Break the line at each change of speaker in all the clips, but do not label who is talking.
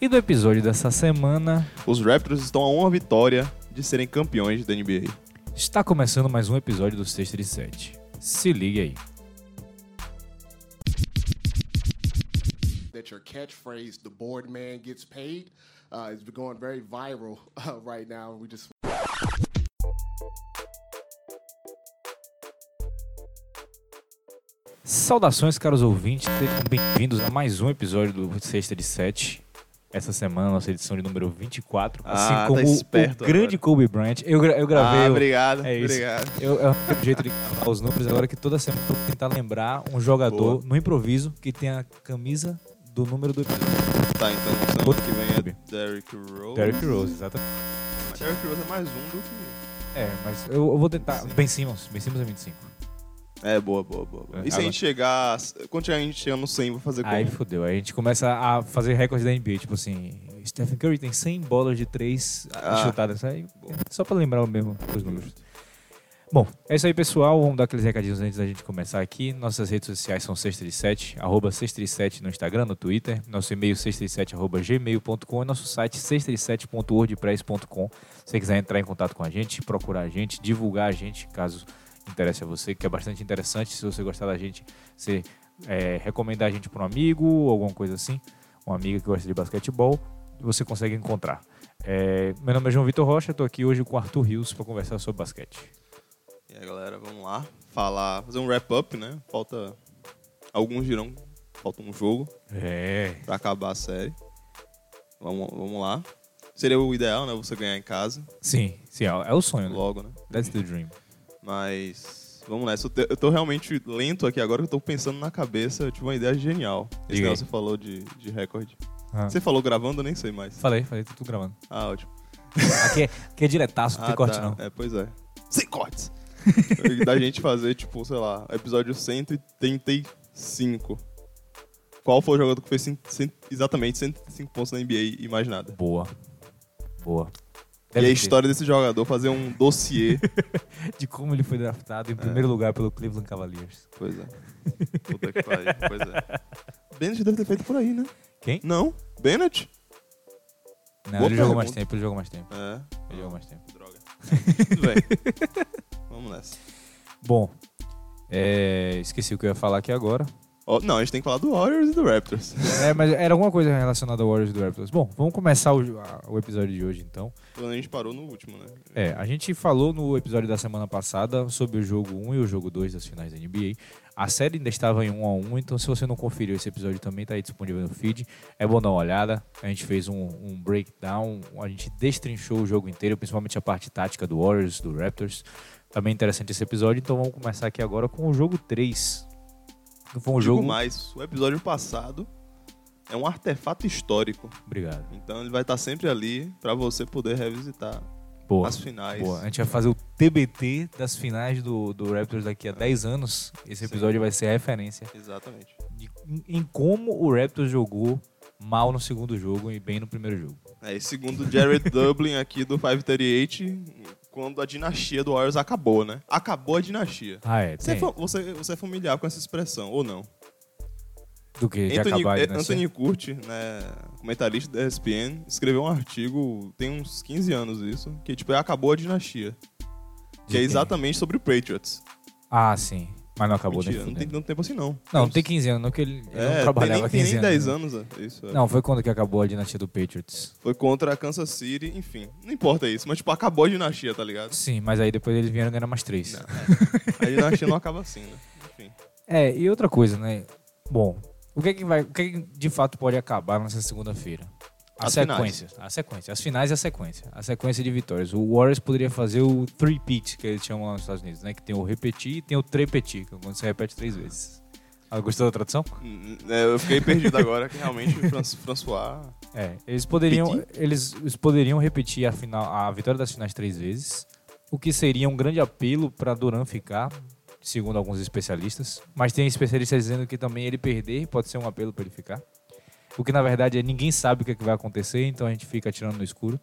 E do episódio dessa semana,
Os Raptors estão a uma vitória de serem campeões da NBA.
está começando mais um episódio do Sexta de Sete. Se ligue aí.
that your catchphrase, the board man gets paid, uh, is going very viral uh, right now. We just
Saudações, caros ouvintes, sejam bem-vindos a mais um episódio do Sexta de Sete. Essa semana, nossa edição de número 24.
Ah,
assim
tá
como o-
esperto
o grande
agora.
Kobe Bryant. Eu, gra- eu gravei.
Ah,
o-
obrigado.
É isso.
obrigado.
Eu, eu tenho um jeito de gravar os números agora que toda semana eu vou tentar lembrar um jogador no improviso que tem a camisa do número do episódio.
Tá, então semana que vem é Derrick Rose.
Derrick Rose, exatamente.
Mas Derrick Rose é mais um do que.
É, mas eu, eu vou tentar. Ben Simmons. Ben Simmons é 25.
É, boa, boa, boa. boa.
É,
e se a
agora-
gente chegar. Quando chegar, a gente chegar no 100, vou fazer como?
Aí fodeu. Aí a gente começa a fazer recordes da NBA. Tipo assim, Stephen Curry tem 100 bolas de 3
Ah.
chutadas. Aí, só pra lembrar o mesmo os números. Bom, é isso aí, pessoal. Vamos dar aqueles recadinhos antes da gente começar aqui. Nossas redes sociais são 637, arroba 637 no Instagram, no Twitter. Nosso e-mail 637, arroba gmail.com e É nosso site 637.wordpress.com. Se você quiser entrar em contato com a gente, procurar a gente, divulgar a gente, caso interesse a você, que é bastante interessante. Se você gostar da gente, você é, recomendar a gente para um amigo, alguma coisa assim, uma amiga que gosta de basquetebol, você consegue encontrar. É, meu nome é João Vitor Rocha, estou aqui hoje com o Arthur Rios para conversar sobre basquete.
E aí, galera, vamos lá. Falar, fazer um wrap-up, né? Falta. Alguns dirão. Falta um jogo
É.
pra acabar a série. Vamos, vamos lá. Seria o ideal, né? Você ganhar em casa,
Sim, sim, é, é o sonho, né?
logo, né?
That's the dream.
Mas vamos nessa. Eu te- Eu tô realmente lento aqui agora que eu tô pensando na cabeça. Eu tive uma ideia genial. Esse
Diga aí.
negócio que você falou de, de recorde.
Ah.
Você falou gravando, eu nem sei mais.
Falei, falei, tô tudo gravando.
Ah, ótimo.
Aqui é, aqui é diretaço, não tem corte
tá.
não.
É, pois é. Sem cortes! da gente fazer, tipo, sei lá, episódio 135. Qual foi o jogador que fez cin- cin- exatamente 105 pontos na NBA e mais nada?
Boa. Boa.
e a
ter.
história desse jogador, fazer um dossiê.
de como ele foi draftado
É.
em primeiro lugar pelo Cleveland Cavaliers.
pois é. Puta que pariu, pois é. Bennett deve ter feito por aí, né?
Quem?
Não, Bennett?
Não,
Boa
ele jogou mais
pergunta.
tempo, ele jogou mais tempo.
É.
Ele jogou mais tempo.
Droga. Tudo bem. Vamos nessa.
Bom, é, esqueci o que eu ia falar aqui agora.
Ó, não, a gente tem que falar do Warriors e do Raptors.
É, mas era alguma coisa relacionada ao Warriors e do Raptors. Bom, vamos começar o, a- o episódio de hoje então.
Quando a gente parou no último, né?
É, a gente falou no episódio da semana passada sobre o jogo 1 e o jogo 2 das finais da NBA. A série ainda estava em 1 a 1 então se você não conferiu esse episódio também, tá aí disponível no feed. É bom dar uma olhada. A gente fez um, um breakdown, a gente destrinchou o jogo inteiro, principalmente a parte tática do Warriors, do Raptors. Também interessante esse episódio, então vamos começar aqui agora com o jogo 3. Que foi um
Digo
jogo.
mais, o episódio passado é um artefato histórico.
Obrigado.
Então ele vai estar sempre ali pra você poder revisitar
Boa.
as finais.
Boa, a gente vai fazer o TBT das finais do, do Raptors daqui a 10 anos. Esse
Sim.
episódio vai ser referência
Exatamente.
de- em, em como o Raptors jogou mal no segundo jogo e bem no primeiro jogo.
É, e segundo Jared Dublin aqui do 538, quando a dinastia do Warriors acabou, né? Acabou a dinastia.
Ah, é.
Você é,
Tem.
fa- você, você é familiar com essa expressão, ou não?
Do que? De
Anthony,
acabar
eh,
de nascer?
Anthony Curti, né, comentarista da ESPN, escreveu um artigo, tem uns 15 anos isso, que tipo, é acabou a dinastia.
De
Que é
quem?
exatamente sobre o Patriots.
Ah, sim. Mas não acabou nem
Mentira, não tem
fudendo.
tanto tempo assim não.
Não, não tem 15 anos, não que ele, ele
É,
não
tem
trabalhava
nem, tem
15
nem
anos.
10
né?
anos, é, isso. é.
Não, foi quando que acabou a dinastia do Patriots.
Foi contra a Kansas City, enfim. Não importa isso, mas tipo, acabou a dinastia, tá ligado? é.
Sim, mas aí depois eles vieram ganhar mais três.
A dinastia não acaba assim, né? Enfim.
É, e outra coisa, né? Bom, o que é que vai, o que, é que de fato pode acabar nessa segunda-feira? A
As
sequência, a sequência, as finais e a sequência, a sequência de vitórias. O Warriors poderia fazer o three-peat, que eles chamam lá nos Estados Unidos, né? Que tem o repetir e tem o trepetir, que é quando você repete três vezes. Ah, gostou da tradução?
Hum, é, Eu fiquei perdido agora, que realmente o Fran- François...
É, eles poderiam, eles, eles poderiam repetir a, final, a vitória das finais três vezes, o que seria um grande apelo para Duran ficar, segundo alguns especialistas. Mas tem especialistas dizendo que também ele perder pode ser um apelo para ele ficar. O que na verdade é ninguém sabe o que, é que vai acontecer, então a gente fica atirando no escuro.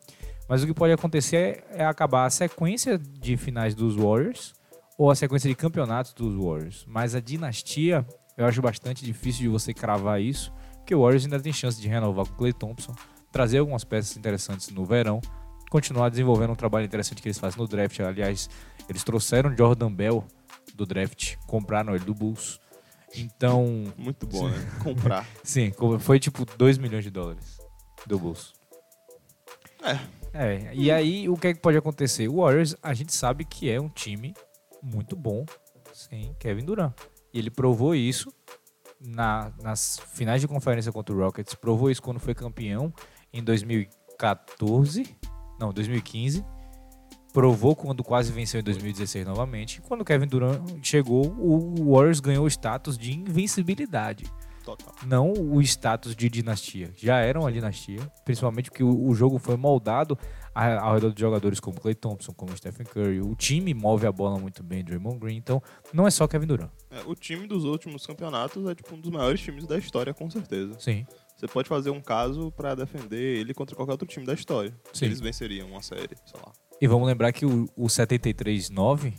Mas o que pode acontecer é acabar a sequência de finais dos Warriors ou a sequência de campeonatos dos Warriors. Mas a dinastia, eu acho bastante difícil de você cravar isso, porque o Warriors ainda tem chance de renovar com o Clay Thompson, trazer algumas peças interessantes no verão, continuar desenvolvendo um trabalho interessante que eles fazem no draft. Aliás, eles trouxeram Jordan Bell do draft, compraram ele do Bulls. Então,
Muito bom, né? Comprar.
sim, co- foi tipo 2 milhões de dólares do Bulls. É. e aí o que é que pode acontecer? O Warriors, a gente sabe que é um time muito bom sem Kevin Durant. E ele provou isso na- nas finais de conferência contra o Rockets, provou isso quando foi campeão em 2014, não, 2015. Provou quando quase venceu em 2016 novamente. Quando Kevin Durant chegou, o Warriors ganhou o status de invencibilidade
Total.
não o status de dinastia. Já era uma dinastia, principalmente porque o, o jogo foi moldado a- ao redor de jogadores como Clay Thompson, como Stephen Curry. O time move a bola muito bem, Draymond Green. Então, não é só Kevin Durant.
É, o time dos últimos campeonatos é tipo um dos maiores times da história, com certeza.
Sim.
Você pode fazer um caso pra defender ele contra qualquer outro time da história.
Sim.
Eles venceriam uma série, sei lá.
E vamos lembrar que o, o 73-9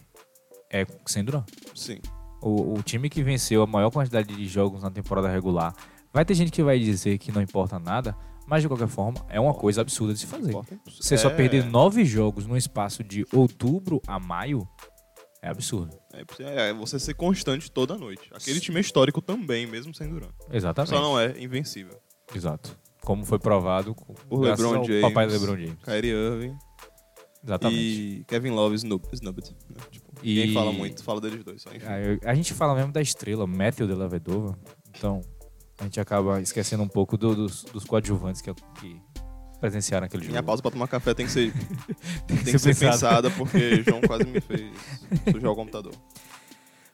é sem Durant.
Sim.
O, o time que venceu a maior quantidade de jogos na temporada regular. Vai ter gente que vai dizer que não importa nada, mas de qualquer forma é uma coisa absurda de se fazer.
é
Você só perder nove jogos num espaço de outubro a maio é absurdo.
É, é você ser constante toda noite. Aquele time é histórico também, mesmo sem Durant.
Exatamente.
Só não é invencível.
Exato. Como foi provado com
Por
graças
LeBron
ao
James.
papai LeBron James.
Kyrie Irving
Exatamente.
e Kevin Love Snub, Snubbed. Né? Tipo,
E-
Ninguém fala muito, fala deles dois. Só, enfim.
Ah, eu- A gente fala mesmo da estrela, Matthew de Vedova. Então, a gente acaba esquecendo um pouco do- dos, dos coadjuvantes que, que presenciaram aquele jogo.
Minha pausa pra tomar café tem que ser, tem que
ser
ser,
pensada.
pensada, porque João quase me fez sujar o computador.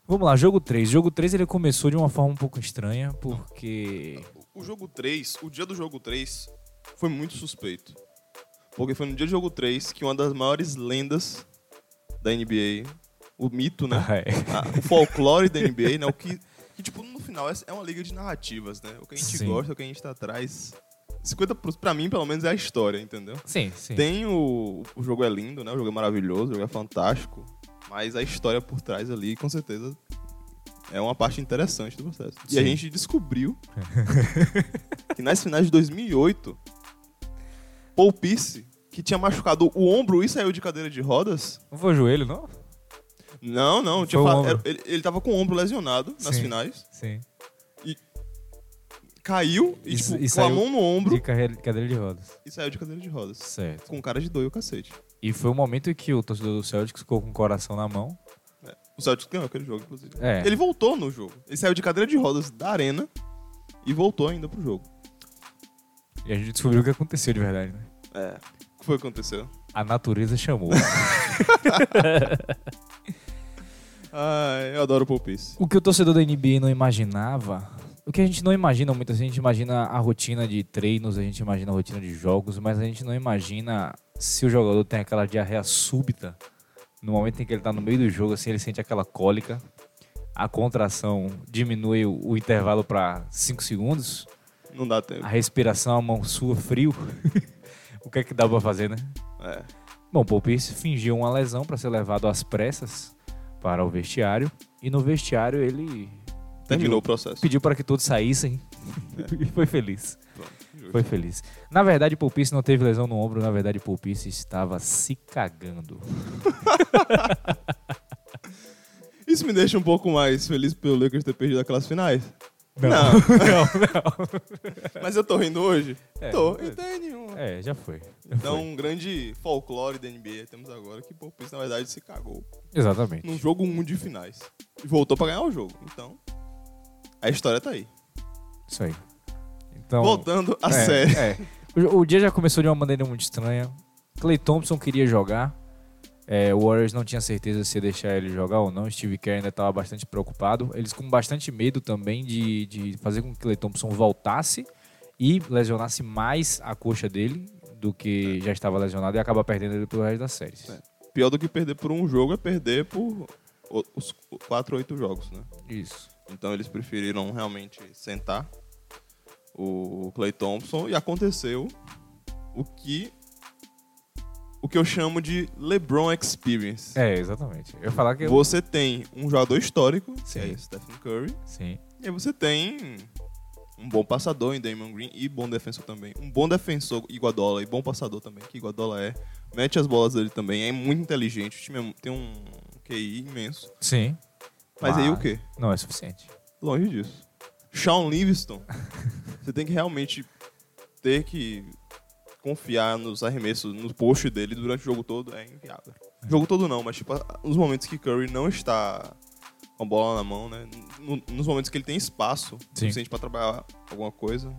Vamos lá, jogo 3. Jogo 3 ele começou de uma forma um pouco estranha, porque.
O jogo 3, o dia do jogo 3, foi muito suspeito. Porque foi no dia do jogo 3 que uma das maiores lendas da NBA, o mito, né?
Ah, é.
a- o folclore da NBA, né? O que, que, tipo, no final é, é uma liga de narrativas, né? O que a gente
Sim.
gosta, o que a gente tá atrás. 50%, pra mim, pelo menos, é a história, entendeu?
Sim, sim.
Tem o. O jogo é lindo, né? O jogo é maravilhoso, o jogo é fantástico. Mas a história por trás ali, com certeza, é uma parte interessante do processo. E a
Sim.
gente descobriu que nas finais de 2008, Paul Pierce, que tinha machucado o ombro e saiu de cadeira de rodas.
Não foi o joelho, não?
Não, não. tinha
o
fa-
ombro.
era- ele, ele tava com o ombro lesionado nas
Sim.
finais.
Sim.
Caiu e,
E
tipo,
sa- e
com a
saiu
mão no ombro
De carre- cadeira de rodas.
e saiu de cadeira de rodas.
Certo.
Com cara de doido, cacete.
E foi o momento em que o torcedor do Celtics ficou com o coração na mão.
O Celtics ganhou aquele jogo, inclusive.
É.
Ele voltou no jogo. Ele saiu de cadeira de rodas da arena e voltou ainda pro jogo.
E a gente descobriu o que aconteceu de verdade, né?
É. O que foi que aconteceu?
A natureza chamou.
Ai, eu adoro o Paul Pierce.
o que o torcedor da NBA não imaginava. O que a gente não imagina muito, assim, a gente imagina a rotina de treinos, a gente imagina a rotina de jogos, mas a gente não imagina se o jogador tem aquela diarreia súbita no momento em que ele tá no meio do jogo, assim, ele sente aquela cólica, a contração diminui o, o intervalo para 5 segundos,
Não dá tempo.
a respiração, a mão sua, frio. o que é que dá pra fazer, né?
É.
Bom, Paul Pierce fingiu uma lesão para ser levado às pressas para o vestiário. E no vestiário ele
Terminou o processo.
pediu para que todos saíssem e foi feliz.
Pronto, justo.
Foi feliz. Na verdade, Paul Pierce não teve lesão no ombro. Na verdade, Paul Pierce estava se cagando.
Isso me deixa um pouco mais feliz pelo Lakers ter perdido aquelas finais.
Não,
Não.
não,
Mas eu tô rindo hoje?
É,
tô,
é.
e tem nenhuma.
É, já foi. Já
Então, um grande folclore da NBA temos agora que Paul Pierce, na verdade, se cagou
foi. Exatamente.
num jogo 1 de finais. E voltou pra ganhar o jogo. Então, a história tá aí.
Isso aí. Então,
Voltando à
É,
série.
é. O, jo- o dia já começou de uma maneira muito estranha. Clay Thompson queria jogar. É, o Warriors não tinha certeza se ia deixar ele jogar ou não. Steve Kerr ainda estava bastante preocupado. Eles com bastante medo também de, de fazer com que Clay Thompson voltasse e lesionasse mais a coxa dele do que
É.
já estava lesionado e acaba perdendo ele pelo resto da série.
Pior do que perder por um jogo é perder por o- os 4, 8 jogos, né?
Isso.
Então eles preferiram realmente sentar o Clay Thompson e aconteceu o que o que eu chamo de LeBron Experience.
É, exatamente. Eu ia falar que. Eu...
Você tem um jogador histórico, que
Sim.
é Stephen Curry,
Sim.
e aí você tem Um bom passador em Damon Green e bom defensor também. Um bom defensor, Iguadola, e bom passador também, que Iguadola é. Mete as bolas dele também, é muito inteligente. O time é- tem um QI imenso.
Sim.
Mas aí o quê?
Não é suficiente.
Longe disso. Sean Livingston, você tem que realmente ter que confiar nos arremessos, no post dele durante o jogo todo é inviável. O jogo todo não, mas tipo, a- nos momentos que Curry não está com a bola na mão, né? no- nos momentos que ele tem espaço
Sim.
suficiente pra trabalhar alguma coisa.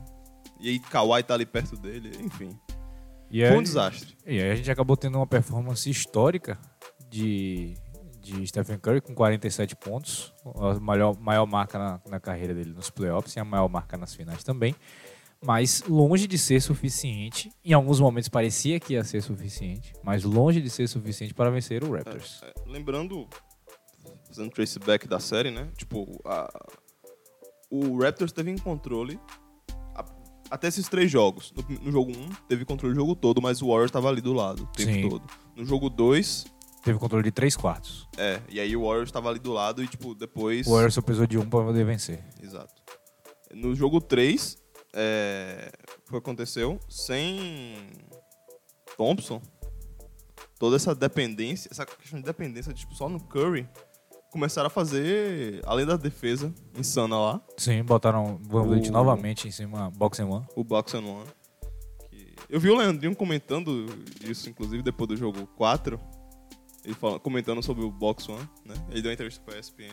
E aí Kawhi tá ali perto dele, enfim.
E
Foi
aí-
um desastre.
E aí a gente acabou tendo uma performance histórica de, de Stephen Curry com 47 pontos, a maior, maior marca na, na carreira dele nos playoffs e a maior marca nas finais também. Mas longe de ser suficiente, em alguns momentos parecia que ia ser suficiente, mas longe de ser suficiente para vencer o Raptors.
É, lembrando, fazendo trace back da série, né? Tipo, a- o Raptors teve em controle a- até esses três jogos. No, no jogo 1, teve controle o jogo todo, mas o Warriors tava ali do lado o tempo
Sim.
todo. No jogo 2,
Teve controle de 3 quartos.
é, e aí o Warriors tava ali do lado e, tipo, depois.
O Warriors só precisou de um para poder vencer.
Exato. No jogo 3, é, o que aconteceu? Sem Thompson, toda essa dependência, essa questão de dependência tipo, só no Curry, começaram a fazer, além da defesa insana lá,
Sim, botaram Van Vliet
O-
novamente em cima, box and one.
o Box and One. que- Eu vi o Leandrinho comentando disso, inclusive, depois do jogo 4. Ele fala, comentando sobre o Box One, né? Ele deu uma entrevista pra ESPN.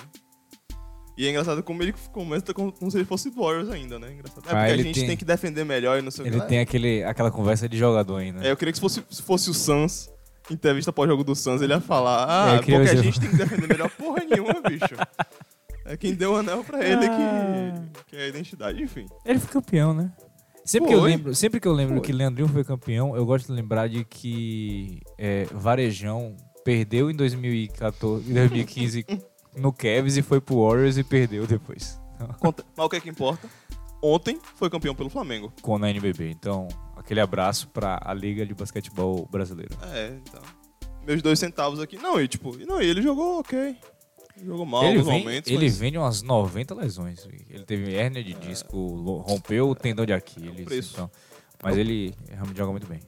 E é engraçado como ele começa como, como se ele fosse do Warriors ainda, né? Engraçado. É
Ah,
porque a
ele
gente tem...
tem-
que defender melhor e não sei o
Ele
que.
tem aquele, aquela conversa de jogador ainda. né?
É, eu queria que se fosse, se fosse o Suns, entrevista pós-jogo do Suns, ele ia falar, ah,
É, eu
porque
queria
a
dizer-
gente tem que defender melhor porra nenhuma, bicho. É quem deu o anel pra ele que, que é a identidade, enfim.
Ele foi campeão, né? Sempre que eu
Foi.
lembro, sempre que, eu lembro
Foi.
que Leandrinho foi campeão, eu gosto de lembrar de que é, Varejão perdeu em 2014, em 2015 no Cavs e foi pro Warriors e perdeu depois.
Conta- Mas o que é que importa? Ontem foi campeão pelo Flamengo.
Com a NBB. Então, aquele abraço pra a Liga de Basquetebol Brasileira.
É, então. Meus dois centavos aqui. Não, e tipo, e não, e ele jogou ok. Jogou mal
ele
alguns
vem,
momentos.
ele
mas É.
vem de umas 90 lesões. Ele teve hérnia de disco, lo- rompeu o tendão de Aquiles.
preço.
então. mas ele realmente joga muito bem.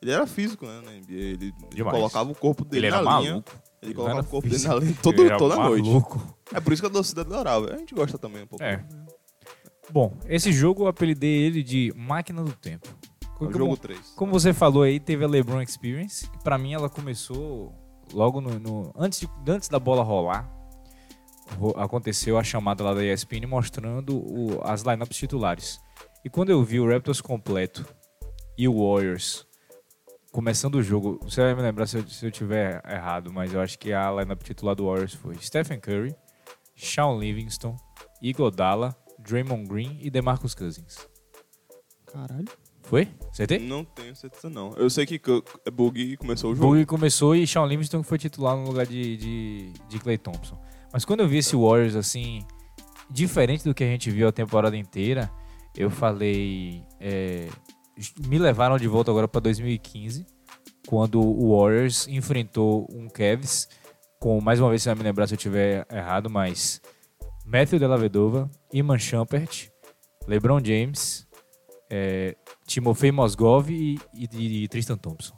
Ele era físico, né, na NBA. Ele
Demais.
colocava o corpo dele
Ele
na
era
linha.
maluco.
Ele
não
colocava
era
o corpo dele
físico.
na linha
Ele
todo,
era
toda noite.
maluco.
É por isso que a torcida adorava. A gente gosta também um pouco.
É. Bom, esse jogo eu apelidei ele de Máquina do Tempo.
É o
Como,
jogo 3.
como você falou aí, teve a LeBron Experience. que Pra mim, ela começou logo no, no- antes, de- antes da bola rolar. ro- Aconteceu a chamada lá da ESPN mostrando o- as lineups titulares. E quando eu vi o Raptors completo e o Warriors começando o jogo, você vai me lembrar se eu, se eu tiver errado, mas eu acho que a lineup titular do Warriors foi Stephen Curry, Shawn Livingston, Igodala, Draymond Green e DeMarcus Cousins.
Caralho.
Foi? Acertei?
Não tenho certeza, não. Eu sei que Cu- Bug começou o jogo.
Boogie começou e Shawn Livingston foi titular no lugar de, de, de Clay Thompson. Mas quando eu vi esse Warriors assim, diferente do que a gente viu a temporada inteira, eu falei. é, me levaram de volta agora pra 2015, quando o Warriors enfrentou um Cavs com, mais uma vez, você vai me lembrar se eu tiver errado, mas Matthew Della Vedova, Iman Champert, LeBron James, é, Timofey Mozgov e, e- e Tristan Thompson.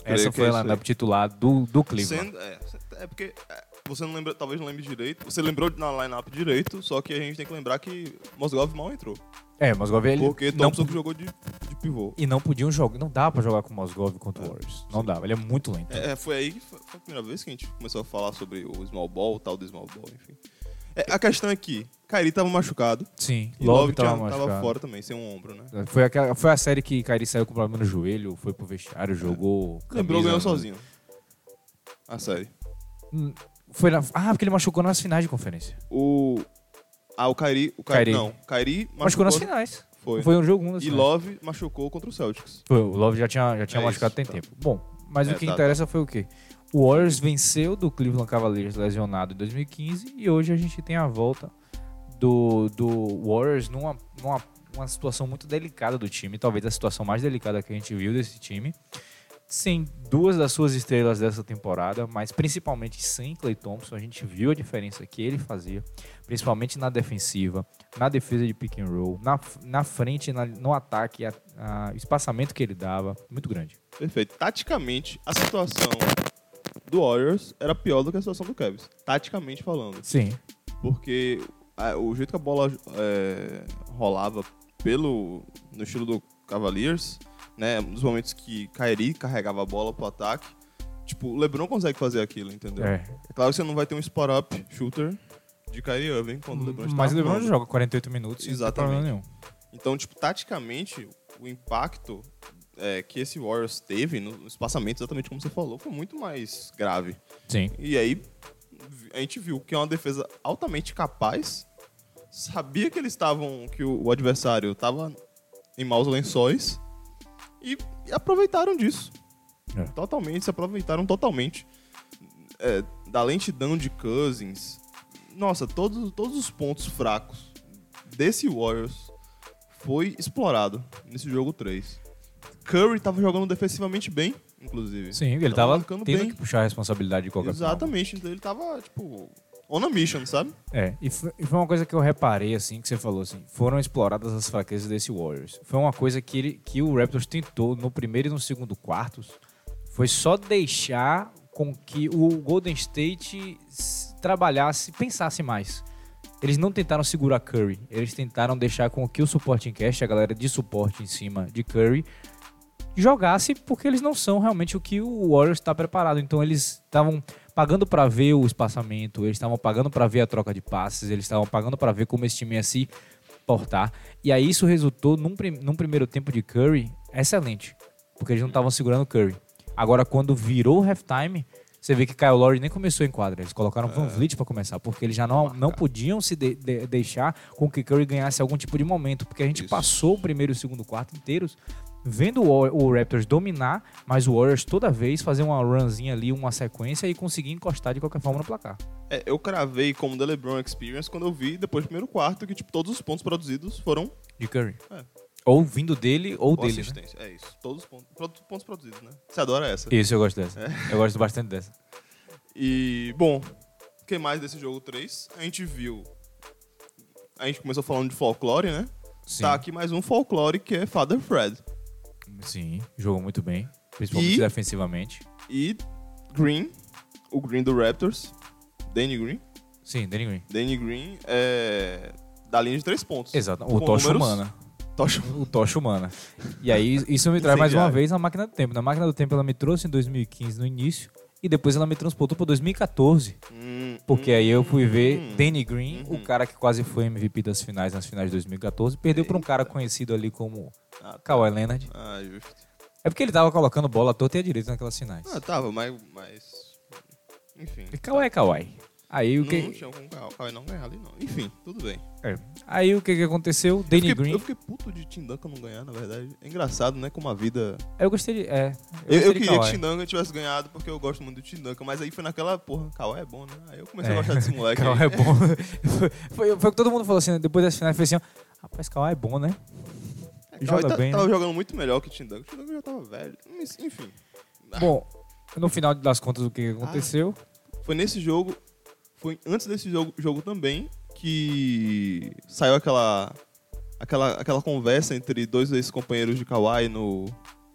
Creio
Essa
que
foi
é
a
isso aí.
lineup titular do, do Cleveland.
Sendo- é, é porque é, você não lembra, talvez não lembre direito. Você lembrou na lineup direito, só que a gente tem que lembrar que Mozgov mal entrou.
É, Mozgov ele
Porque
não,
Thompson que jogou de, de pivô.
e não podiam jogar, não dá pra jogar com o Mozgov contra o Warriors. Não dá, ele é muito lento.
É, é, foi aí que foi, foi a primeira vez que a gente começou a falar sobre o small ball, o tal do small ball, enfim. É, a questão é que Kairi tava machucado
Sim,
e
Love,
Love
tava,
tava, tava
machucado.
fora também, sem um ombro, né?
Foi, aquela, foi a série que Kairi saiu com problema no joelho, foi pro vestiário, jogou.
É. Lembrou,
camisa- né?
ganhou sozinho. A série.
Hum, Foi na- ah, porque ele machucou nas finais de conferência.
O. Ah, o Kairi. O Kairi.
Kyrie.
Não, Kairi
Machucou,
machucou.
nas finais.
Foi.
Foi um jogo um das
E
finais.
Love machucou contra o Celtics.
Foi, o Love já tinha, já tinha
É
machucado
isso,
tem
tá.
tempo. Bom, mas
É,
o que
tá,
interessa foi o quê? O Warriors venceu do Cleveland Cavaliers lesionado em 2015 e hoje a gente tem a volta do, do Warriors numa, numa uma situação muito delicada do time, talvez a situação mais delicada que a gente viu desse time, sem duas das suas estrelas dessa temporada, mas principalmente sem Clay Thompson, a gente viu a diferença que ele fazia, principalmente na defensiva, na defesa de pick and roll, na, na frente, na- no ataque, a- a- o espaçamento que ele dava, muito grande.
Perfeito. Taticamente, a situação do Warriors era pior do que a situação do Cavs. Taticamente falando.
Sim,
Porque ah, o jeito que a bola é, rolava pelo no estilo do Cavaliers, né, nos momentos que Kyrie carregava a bola pro ataque, tipo, o LeBron consegue fazer aquilo, entendeu? É,
é.
claro que você não vai ter um spot up shooter de Kyrie Irving quando o LeBron está
Hum, Mas o LeBron
armando.
joga 48 minutos e não tem problema nenhum.
Então, tipo, taticamente, o impacto é, que esse Warriors teve no no espaçamento, exatamente como você falou, foi muito mais grave.
Sim.
E aí a gente viu que é uma defesa altamente capaz. Sabia que eles estavam. que o o adversário estava em maus lençóis. E, e aproveitaram disso.
É.
Totalmente, se aproveitaram totalmente. É, da lentidão de Cousins. Nossa, todos, todos os pontos fracos desse Warriors foi explorado nesse jogo 3. Curry tava jogando defensivamente bem, inclusive.
Sim, ele
Tava
tava
marcando
tendo
bem.
que puxar a responsabilidade de qualquer forma.
Exatamente, então ele tava, tipo, on a mission, sabe?
É, e fo- e foi uma coisa que eu reparei, assim, que você falou, assim, foram exploradas as fraquezas desse Warriors. Foi uma coisa que, ele, que o Raptors tentou no primeiro e no segundo quartos, foi só deixar com que o Golden State s- trabalhasse, pensasse mais. Eles não tentaram segurar Curry, eles tentaram deixar com que o suporte em cast, a galera de suporte em cima de Curry, jogasse porque eles não são realmente o que o Warriors está preparado. Então eles estavam pagando para ver o espaçamento, eles estavam pagando para ver a troca de passes, eles estavam pagando para ver como esse time ia se portar. E aí isso resultou num, prim- num primeiro tempo de Curry excelente, porque eles não estavam segurando o Curry. Agora quando virou o halftime, você vê que Kyle Lowry nem começou em quadra, eles colocaram Van Vliet para começar, porque eles já não, não podiam se de- de- deixar com que Curry ganhasse algum tipo de momento, porque a gente
Isso.
passou o primeiro e o segundo quarto inteiros vendo o, Wa- o Raptors dominar, mas o Warriors toda vez fazer uma runzinha ali, uma sequência e conseguir encostar de qualquer forma no placar.
É, eu cravei como The LeBron Experience quando eu vi, depois do primeiro quarto, que, tipo, todos os pontos produzidos foram
De Curry.
É.
Ou vindo dele ou
com
dele. Né?
assistência. É isso, todos os pontos, pro- pontos produzidos, né? Você adora essa.
Isso, eu gosto dessa.
É.
Eu gosto bastante dessa.
E, bom, o que mais desse jogo 3? A gente viu... A gente começou falando de folclore, né?
Sim.
Tá aqui mais um folclore que é Father Fred.
Sim, jogou muito bem. Principalmente
E-
defensivamente.
E Green, o Green do Raptors, Danny Green.
Sim, Danny Green.
Danny Green é... Da linha de três pontos.
Exato. O
Com
Tocha
números-
Humana.
Tocha
O Tocha Humana. E aí, isso me traz mais uma
Incendiário.
vez na Máquina do Tempo. Na Máquina do Tempo, ela me trouxe em 2015 no início. E depois ela me transportou para 2014.
Hum,
Porque
hum,
aí eu fui ver
hum.
Danny Green, o cara que quase foi MVP das finais nas finais de 2014, perdeu para um cara conhecido ali como
Ah, tá.
Kawhi Leonard.
Ah, justo.
É porque ele tava colocando bola à torta e à direita naquelas finais.
Ah, tava, mas. mas... Enfim.
E Kawhi é Kawhi. Aí o
Não, não
que,
tinha como ganhar, o Kawhi não ganhar ali, não. Enfim, tudo bem.
é. aí o que que aconteceu? Danny
eu, fiquei,
Green.
eu fiquei puto de Tim Duncan não ganhar, na verdade. É engraçado, né? Como a vida.
Eu gostei de. É, gostei
Eu, eu
de
queria que
Kawhi.
Tim Duncan tivesse ganhado, porque eu gosto muito do Tim Duncan, mas aí foi naquela, porra, Kawhi é bom, né? Aí eu comecei
É.
a gostar desse moleque.
Kawhi
aí.
é bom. foi, foi, foi o que todo mundo falou assim, né? depois das finais, foi assim: ó, rapaz, Kawhi é bom, né?
Kawhi
Joga
tá-
bem. né?
tava jogando muito melhor que o Tim Duncan. O Tim Duncan já tava velho. Mas, enfim.
Bom, no final das contas, o
Ah.
que que aconteceu?
Foi nesse jogo, foi antes desse jogo, jogo também, que saiu aquela, aquela, aquela conversa entre dois ex-companheiros de Kawhi no,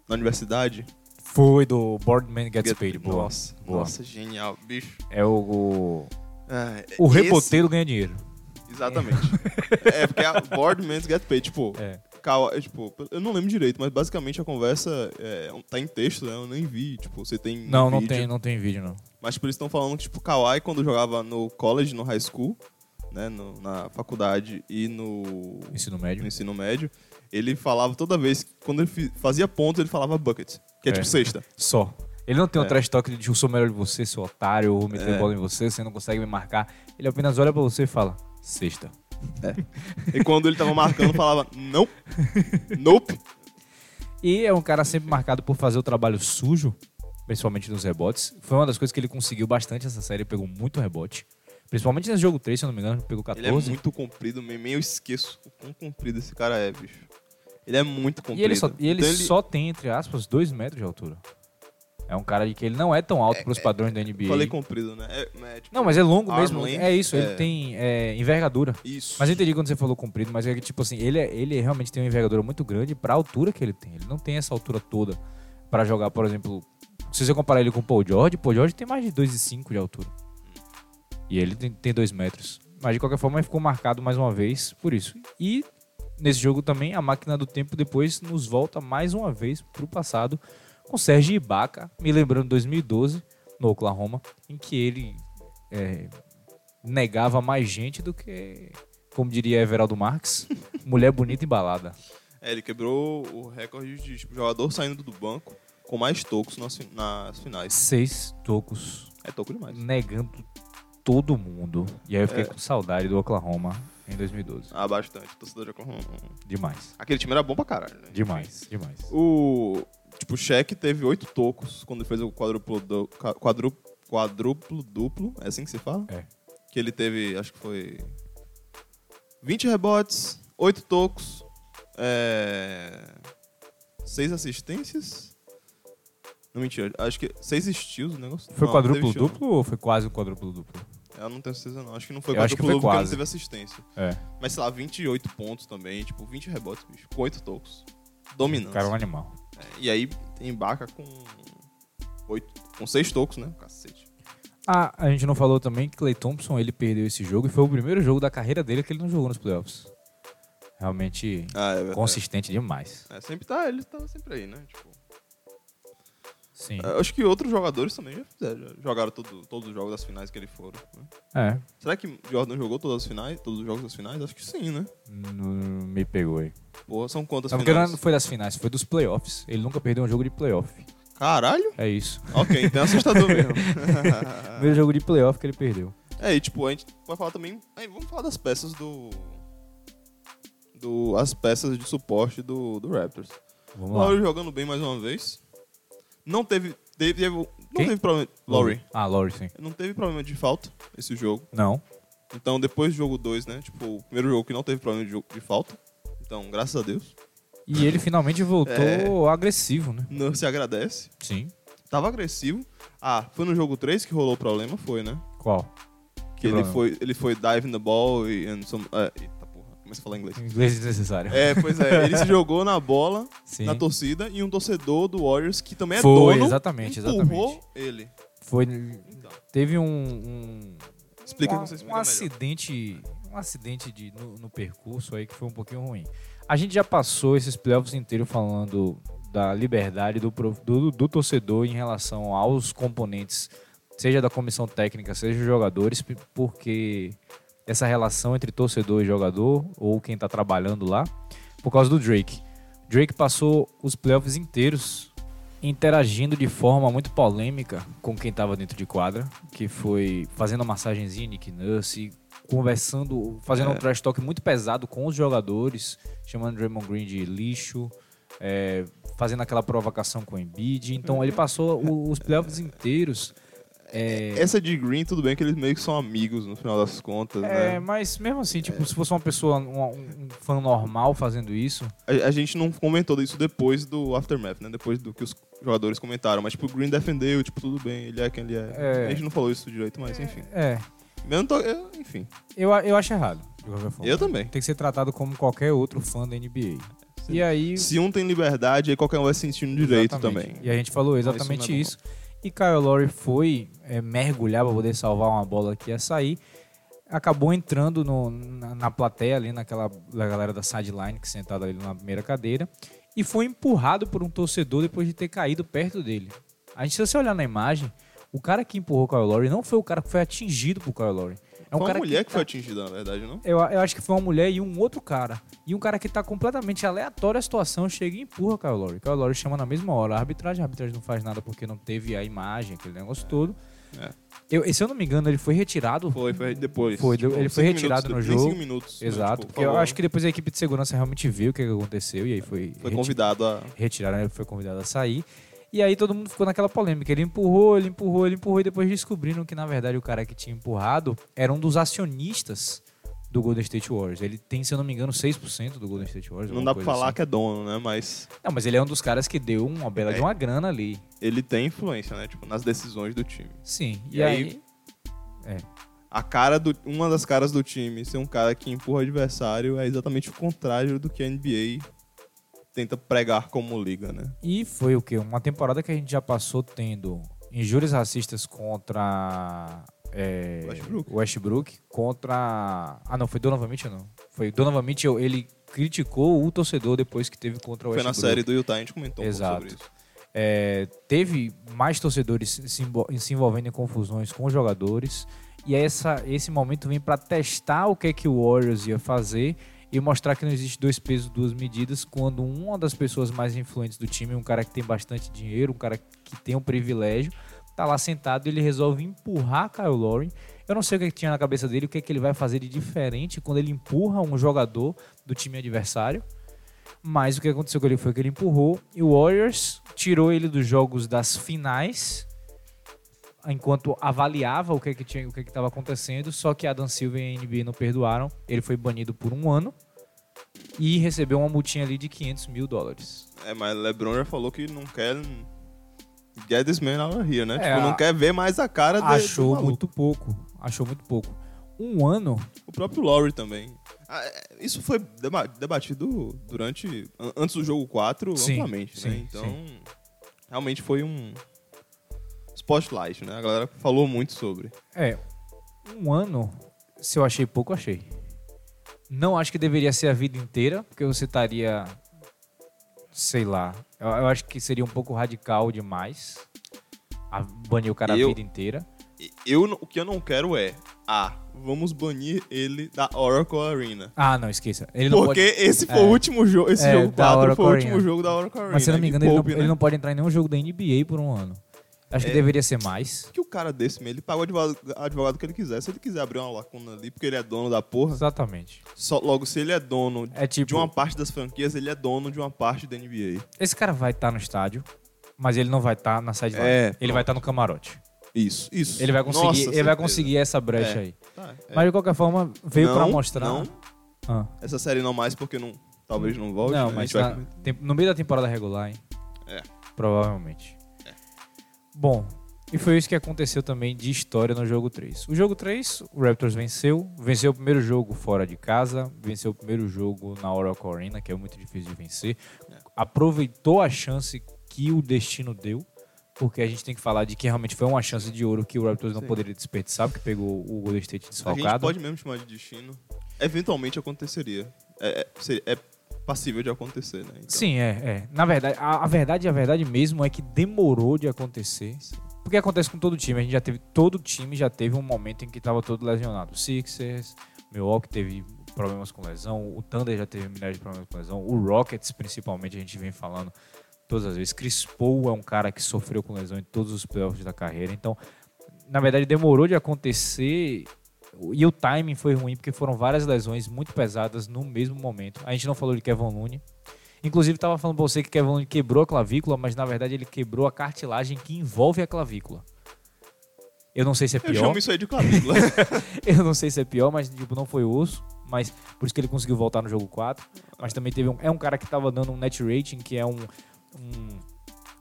na universidade.
Foi do Boardman Gets Paid. Boa.
Nossa,
boa.
nossa, genial, bicho.
É o. o-
Ah,
O
esse-
reboteiro ganha dinheiro.
Exatamente. é, porque a board men get paid, tipo...
É.
Kawhi, tipo, eu não lembro direito, mas basicamente a conversa é, tá em texto, né? Eu nem vi, tipo, você tem
Não,
no
não
vídeo.
tem, não tem vídeo, não.
Mas tipo, eles estão falando que, tipo, Kawhi, quando jogava no college, no high school, né? no- na faculdade e no,
Ensino médio.
no ensino médio, ele falava toda vez, que- quando ele fi- fazia pontos, ele falava bucket. Que é,
É.
tipo sexta.
Só. Ele não tem um
É.
trash talk de eu sou melhor que você, seu otário, eu vou meter
É.
bola em você, você não consegue me marcar. Ele apenas olha pra você e fala, sexta.
E quando ele tava marcando, falava não, nope.
E é um cara sempre marcado por fazer o trabalho sujo, principalmente nos rebotes. Foi uma das coisas que ele conseguiu bastante essa série, pegou muito rebote. Principalmente nesse jogo 3, se eu não me engano, pegou
Ele é
14.
muito comprido, mesmo eu esqueço o quão comprido esse cara é, bicho. Ele é muito comprido.
e ele, só, e ele
Então
só tem, entre aspas, 2 metros de altura. É um cara de que ele não é tão alto pros padrões da NBA.
Falei comprido, né? É, é, tipo,
Não, mas é longo
Arm
mesmo.
length,
É isso, ele
é.
tem é, envergadura.
Isso.
Mas eu entendi quando você falou comprido, mas é que, tipo assim, ele, é- ele realmente tem uma envergadura muito grande pra altura que ele tem. Ele não tem essa altura toda pra jogar, por exemplo. Se você comparar ele com o Paul George, o Paul George tem mais de 2,5 de altura. E ele tem- tem 2 metros. Mas de qualquer forma, ele ficou marcado mais uma vez por isso. E nesse jogo também, a máquina do tempo depois nos volta mais uma vez pro passado com Serge Ibaka, me lembrando 2012, no Oklahoma, em que ele é, negava mais gente do que como diria Everaldo Marx, mulher bonita e balada.
É, ele quebrou o recorde de tipo, jogador saindo do banco com mais tocos nas, fin- nas finais.
Seis tocos
É toco demais.
negando todo mundo. E aí eu
É.
fiquei com saudade do Oklahoma em 2012.
Ah, bastante. Torcedor de Oklahoma. hum,
Demais.
Aquele time era bom pra caralho, né?
Demais, demais.
O. Tipo, o Shaq teve oito tocos quando ele fez o quadruplo, du- ca- quadru- quadruplo duplo. É assim que se fala?
É.
Que ele teve, acho que foi. 20 rebotes, oito tocos, é... 6 assistências. Não, mentira, acho que seis estilos o negócio.
Foi
Não, não teve
quadruplo
steal, não.
duplo ou foi quase um quadruplo duplo?
Eu não tenho certeza, não. Acho que não foi
Eu acho que foi
quadruplo duplo porque não
quase.
teve assistência.
É,
Mas sei lá, 28 pontos também, tipo, 20 rebotes, bicho, com 8 tocos. Dominância.
cara é um animal.
É, E aí embarca com oito, com seis tocos, né? Cacete.
Ah, a gente não falou também que Clay Thompson, ele perdeu esse jogo e foi o primeiro jogo da carreira dele que ele não jogou nos playoffs. Realmente
Ah, é verdade.
consistente demais.
É, sempre tá, ele tá sempre aí, né? Tipo,
Sim.
é, acho que outros jogadores também já fizeram, já jogaram todo, todos os jogos das finais que ele foram. né?
É,
Será que Jordan jogou todas as finais, todos os jogos das finais? Acho que sim, né?
não me pegou aí.
Porra, são quantas
Não, É porque
finais?
não foi das finais, foi dos playoffs. Ele nunca perdeu um jogo de playoff.
Caralho?
É isso.
Ok, então é assustador mesmo. Ah.
Primeiro jogo de playoff que ele perdeu.
É, e tipo, a gente vai falar também. aí, vamos falar das peças do. do as peças de suporte do, do Raptors.
Vamos lá.
Lowry jogando bem mais uma vez. Não teve. teve, teve- não
Quem?
teve problema. Lowry.
Ah, Lowry, sim.
Não teve problema de falta esse jogo.
Não.
Então, depois do jogo 2, né? Tipo, o primeiro jogo que não teve problema de, jogo- de falta. Então, graças a Deus.
E ele finalmente voltou
É.
agressivo, né?
Não se agradece.
Sim.
Tava agressivo. Ah, foi no jogo 3 que rolou o problema, foi, né?
Qual?
Que ele
problema?
foi, ele foi dive in the ball e. And some, é, eita porra, começa a falar inglês.
Inglês desnecessário.
É, pois é. Ele se jogou na bola,
Sim.
na torcida, e um torcedor do Warriors, que também é
Foi,
dono,
exatamente,
empurrou ele.
Foi.
Então,
Teve um. um
explica
um,
que você explica
um
melhor.
acidente. Um acidente de, no, no percurso aí que foi um pouquinho ruim. A gente já passou esses playoffs inteiros falando da liberdade do, pro- do, do torcedor em relação aos componentes, seja da comissão técnica, seja dos jogadores, p- porque essa relação entre torcedor e jogador, ou quem tá trabalhando lá, por causa do Drake. Drake passou os playoffs inteiros interagindo de forma muito polêmica com quem estava dentro de quadra, que foi fazendo a massagenzinha Nick Nurse, conversando, fazendo um trash talk muito pesado com os jogadores, chamando Draymond Green de lixo, é, fazendo aquela provocação com o Embiid. Então ele passou o- os playoffs inteiros. é,
Essa de Green, tudo bem que eles meio que são amigos no final das contas,
é,
né?
mas mesmo assim, tipo, se fosse uma pessoa, um, um fã normal fazendo isso,
A, a gente não comentou disso depois do Aftermath, né? Depois do que os jogadores comentaram. Mas, tipo, o Green defendeu, tipo, tudo bem, ele é quem ele é.
É.
A gente não falou isso direito, mas enfim.
é,
Eu não tô. eu- enfim.
eu, a- eu acho errado. de qualquer forma.
Eu também.
Tem que ser tratado como qualquer outro fã da NBA.
Sim.
E aí.
Se um tem liberdade, aí qualquer um vai sentindo direito
Exatamente.
também.
E a gente falou exatamente
isso não é
isso. E Kyle Lowry foi é, mergulhar para poder salvar uma bola que ia sair. Acabou entrando no- na, na plateia ali, naquela da galera da sideline que sentada ali na primeira cadeira. E foi empurrado por um torcedor depois de ter caído perto dele. A gente, se você olhar na imagem, o cara que empurrou o Kyle Lowry não foi o cara que foi atingido por Kyle Lowry. É um
Foi uma
cara
mulher que,
que tá-
foi atingida, na verdade, não?
eu, eu acho que foi uma mulher e um outro cara. E um cara que tá completamente aleatório a situação chega e empurra o Kyle Lowry. Kyle Lowry chama na mesma hora a arbitragem. A arbitragem não faz nada porque não teve a imagem, aquele negócio todo.
É.
Eu, e se eu não me engano, ele foi retirado.
Foi, foi depois. Tipo,
Foi, ele foi
cinco
retirado
minutos,
no
nem
jogo.
cinco minutos. né?
Exato.
Tipo,
porque eu
falou,
acho que depois a equipe de segurança realmente viu o que que aconteceu e aí foi.
Foi
reti-
convidado a.
Retiraram, ele foi convidado a sair. E aí todo mundo ficou naquela polêmica. Ele empurrou, ele empurrou, ele empurrou, e depois descobriram que, na verdade, o cara que tinha empurrado era um dos acionistas do Golden State Warriors. Ele tem, se eu não me engano, 6% do Golden State Warriors.
Não
alguma
dá pra
coisa
falar
assim.
que é dono, né? Mas
Não, mas ele é um dos caras que deu uma bela de uma grana ali.
ele tem influência, né? Tipo, nas decisões do time.
Sim. E,
E
aí,
aí- A cara do. Uma das caras do time ser um cara que empurra o adversário é exatamente o contrário do que a NBA tenta pregar como liga, né?
E foi o quê? Uma temporada que a gente já passou tendo injúrias racistas contra. é,
Westbrook.
Westbrook, Contra. Ah, não, foi Donovan Mitchell, não. Foi Donovan Mitchell, ele criticou o torcedor depois que teve contra o
Foi na
Westbrook.
série do Utah, a gente comentou um pouco
Exato.
sobre isso.
É, teve mais torcedores se- se envol- se envolvendo em confusões com os jogadores. E essa, esse momento vem para testar o que é que o Warriors ia fazer e mostrar que não existe dois pesos, duas medidas, quando uma das pessoas mais influentes do time, um cara que tem bastante dinheiro, um cara que tem um privilégio, tá lá sentado e ele resolve empurrar Kyle Lowry. Eu não sei o que, que tinha na cabeça dele, o que, é que ele vai fazer de diferente quando ele empurra um jogador do time adversário. Mas o que aconteceu com ele foi que ele empurrou e o Warriors tirou ele dos jogos das finais, enquanto avaliava o que que tinha, o que estava acontecendo. Só que Adam Silver e a NBA não perdoaram. Ele foi banido por um ano e recebeu uma multinha ali de 500 mil dólares.
É, mas LeBron já falou que não quer. Get this man out of here, né?
É,
tipo, não
a-
quer ver mais a cara do- do
Achou
Tá maluco.
muito pouco. Achou muito pouco. Um ano
O próprio Lowry também. Ah, é, Isso foi deba- debatido durante. an- Antes do jogo 4,
Sim,
amplamente, né?
sim,
Então. Realmente foi um. Spotlight, né? A galera falou muito sobre.
É, um ano, se eu achei pouco, achei. Não acho que deveria ser a vida inteira, porque você estaria. Sei lá. Eu, eu acho que seria um pouco radical demais a- banir o cara
Eu-
a vida inteira.
E Eu, não- o que eu não quero é. Ah, vamos banir ele da Oracle Arena.
Ah, não, esqueça. Ele não
Porque
pode.
esse foi
é.
o último jogo. Esse
É,
jogo
da
4
Oracle
foi o último
Arena.
jogo da Oracle Arena.
Mas se eu não me
que
engano, ele,
poupe,
não,
né?
ele não pode entrar em nenhum jogo da NBA por um ano. Acho que
É.
deveria ser mais.
que o cara desse, ele paga o advogado, advogado que ele quiser. Se ele quiser abrir uma lacuna ali, porque ele é dono da porra,
Exatamente.
só- logo, se ele é dono
É tipo.
de uma parte das franquias, ele é dono de uma parte da NBA.
Esse cara vai estar no estádio, mas ele não vai estar na sideline.
É,
ele vai estar no camarote.
Isso, isso.
Ele vai conseguir,
Nossa,
ele vai
certeza.
conseguir essa brecha
É.
aí.
Tá, é.
Mas de qualquer forma, veio
Não,
pra mostrar.
Não,
Ah.
essa série não mais, porque não, talvez não volte.
Não,
né?
mas tá
A gente
na-
vai-
tem- no meio da temporada regular, hein?
É.
Provavelmente. Bom, e foi isso que aconteceu também de história no jogo 3. O jogo 3, o Raptors venceu. Venceu o primeiro jogo fora de casa. Venceu o primeiro jogo na Oracle Arena, que é muito difícil de vencer.
É.
Aproveitou a chance que o destino deu. Porque a gente tem que falar de que realmente foi uma chance de ouro que o Raptors não
Sim.
poderia desperdiçar, porque pegou o Golden State
A gente
desfalcado.
pode mesmo chamar de destino. Eventualmente aconteceria. É, é, seria- é passível de acontecer, né? Então,
Sim, é, é. Na verdade, a, a verdade, a verdade mesmo é que demorou de acontecer.
Sim.
Porque acontece com todo time. A gente já teve. Todo time já teve um momento em que tava todo lesionado. Sixers, Milwaukee teve problemas com lesão, o Thunder já teve milhares de problemas com lesão, o Rockets, principalmente, a gente vem falando todas as vezes. Chris Paul é um cara que sofreu com lesão em todos os playoffs da carreira. Então, na verdade, demorou de acontecer. E o timing foi ruim, porque foram várias lesões muito pesadas no mesmo momento. A gente não falou de Kevin Looney. Inclusive, tava falando pra você que Kevin Looney quebrou a clavícula, mas na verdade ele quebrou a cartilagem que envolve a clavícula. Eu não sei se é
Eu
pior.
chamo isso aí de clavícula.
Eu não sei se é pior, mas tipo, não foi osso. Mas por isso que ele conseguiu voltar no jogo 4. Mas também teve um. É um cara que tava dando um net rating, que é um, um-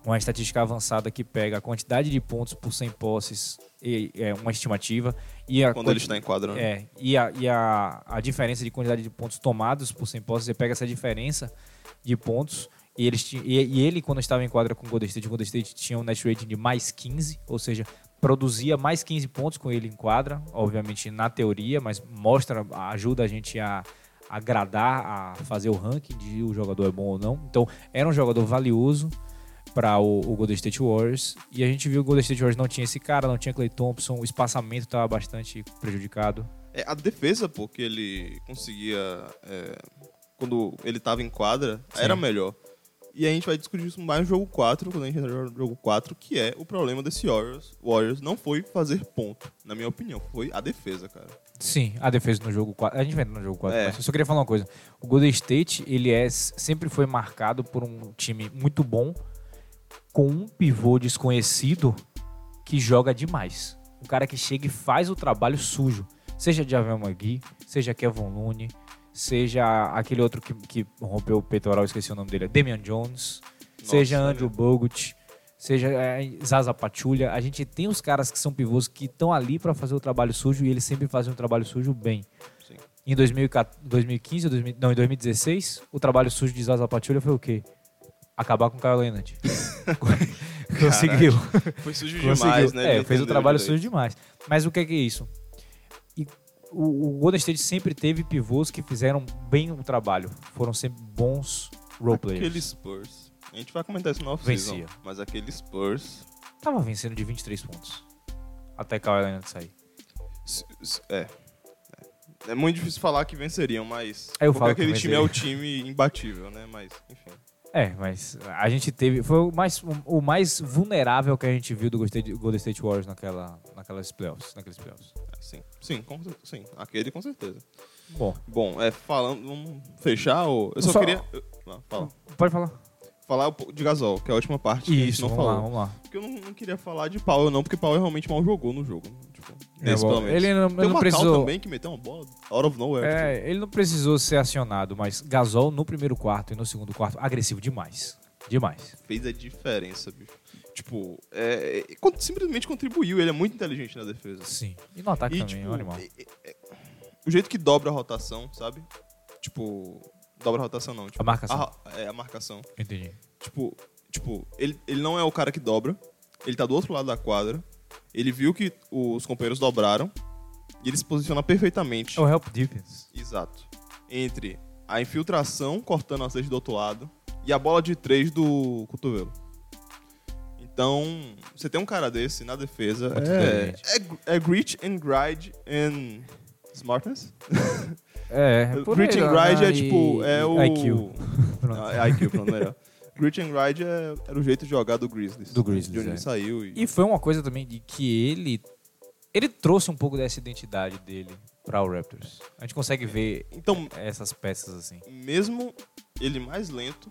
uma estatística avançada que pega a quantidade de pontos por 100 posses, e, é uma estimativa. E a
quando ele
quanti-
está em quadro, né?
é, e a, e a, a diferença de quantidade de pontos tomados por 100 posses, você pega essa diferença de pontos. E, eles ti- e, e ele, quando estava em quadra com o Golden State, o Golden State tinha um net rating de mais 15, ou seja, produzia mais 15 pontos com ele em quadra, obviamente na teoria, mas mostra, ajuda a gente a agradar, a fazer o ranking de o jogador é bom ou não. Então, era um jogador valioso para o, o Golden State Warriors. E a gente viu que o Golden State Warriors não tinha esse cara, não tinha Clay Thompson, o espaçamento estava bastante prejudicado.
É, a defesa, pô, que ele conseguia. é, quando ele tava em quadra,
Sim.
era melhor. E a gente vai discutir isso mais no jogo 4, quando a gente entrar no jogo 4, que é o problema desse Warriors. Warriors não foi fazer ponto, na minha opinião. Foi a defesa, cara.
Sim, a defesa no jogo 4. A gente vai entrar no jogo 4.
É.
Mas eu só queria falar uma coisa. O Golden State, ele é, sempre foi marcado por um time muito bom, com um pivô desconhecido que joga demais. Um cara que chega e faz o trabalho sujo. Seja Javel Magui, seja Kevin Looney, seja aquele outro que, que rompeu o peitoral, esqueci o nome dele, é Damian Jones,
Nossa,
seja
né?
Andrew Bogut, seja é, Zaza Pachulia. A gente tem os caras que são pivôs que estão ali para fazer o trabalho sujo e eles sempre fazem o trabalho sujo bem.
Sim.
Em 2014 2015, 2000 não, em 2016, o trabalho sujo de Zaza Pachulia foi o quê? Acabar com o Kyle Leonard. Conseguiu.
Foi sujo
Conseguiu.
demais, né?
É,
Ele
fez o
entendeu
trabalho
direito.
sujo demais. Mas o que é que é isso? E o, o Golden State sempre teve pivôs que fizeram bem o trabalho. Foram sempre bons roleplayers.
Aquele Spurs. A gente vai comentar isso no
Vencia.
off-season. Mas aquele Spurs.
Tava vencendo de 23 pontos. Até Kyle Leonard sair.
s- s- É. É muito difícil falar que venceriam, mas.
Aí eu
porque
falo que
aquele time é
venceria.
o time imbatível, né? Mas, enfim.
É, mas a gente teve... Foi o mais, o mais vulnerável que a gente viu do Golden State- Golden State Warriors naquela, naquelas playoffs, naqueles playoffs.
é, Sim, sim, com, cer- sim. Aquele com certeza.
Bom,
Bom, é, falando. Vamos fechar ou. Eu só,
Só-
queria. eu- não, fala.
pode falar.
Falar um pouco de Gasol, que é a última parte que a gente
Isso,
não
vamos
falou.
lá, vamos lá.
Porque eu não, não queria falar de Paulo, não, porque Paulo realmente mal jogou no jogo. Tipo,
É,
nesse,
bom,
pelo menos.
Ele não,
Tem
não
uma
precisou...
também que meteu uma bola out of nowhere. tipo.
É, ele não precisou ser acionado, mas Gasol no primeiro quarto e no segundo quarto, agressivo demais. Demais.
tipo, fez a diferença, bicho. Tipo, é, é, con- simplesmente contribuiu. Ele é muito inteligente na defesa.
Sim. E no ataque
E,
também, é um animal.
é- é- é- o jeito que dobra a rotação, sabe? Tipo, dobra a rotação não. Tipo,
A marcação.
ro- é, a marcação.
Entendi.
Tipo, tipo ele, ele não é o cara que dobra. Ele tá do outro lado da quadra. Ele viu que os companheiros dobraram. E ele se posiciona perfeitamente.
É o help defense.
Exato. Entre a infiltração, cortando a cesta do outro lado, e a bola de três do cotovelo. Então, você tem um cara desse na defesa.
Muito
É,
inteligente.
é, gr- é grit and grind and smartness?
É, é por aí,
grit and
né?
grind é
E-
tipo. É o.
IQ. Pronto.
Ah, é IQ, pronto, melhor. Grit and grind é, era o jeito de jogar do Grizzlies.
Do Grizzlies,
De onde
é.
ele saiu. E,
E foi uma coisa também de que ele ele trouxe um pouco dessa identidade dele para o Raptors. A gente consegue ver
Então,
essas peças assim.
mesmo ele mais lento,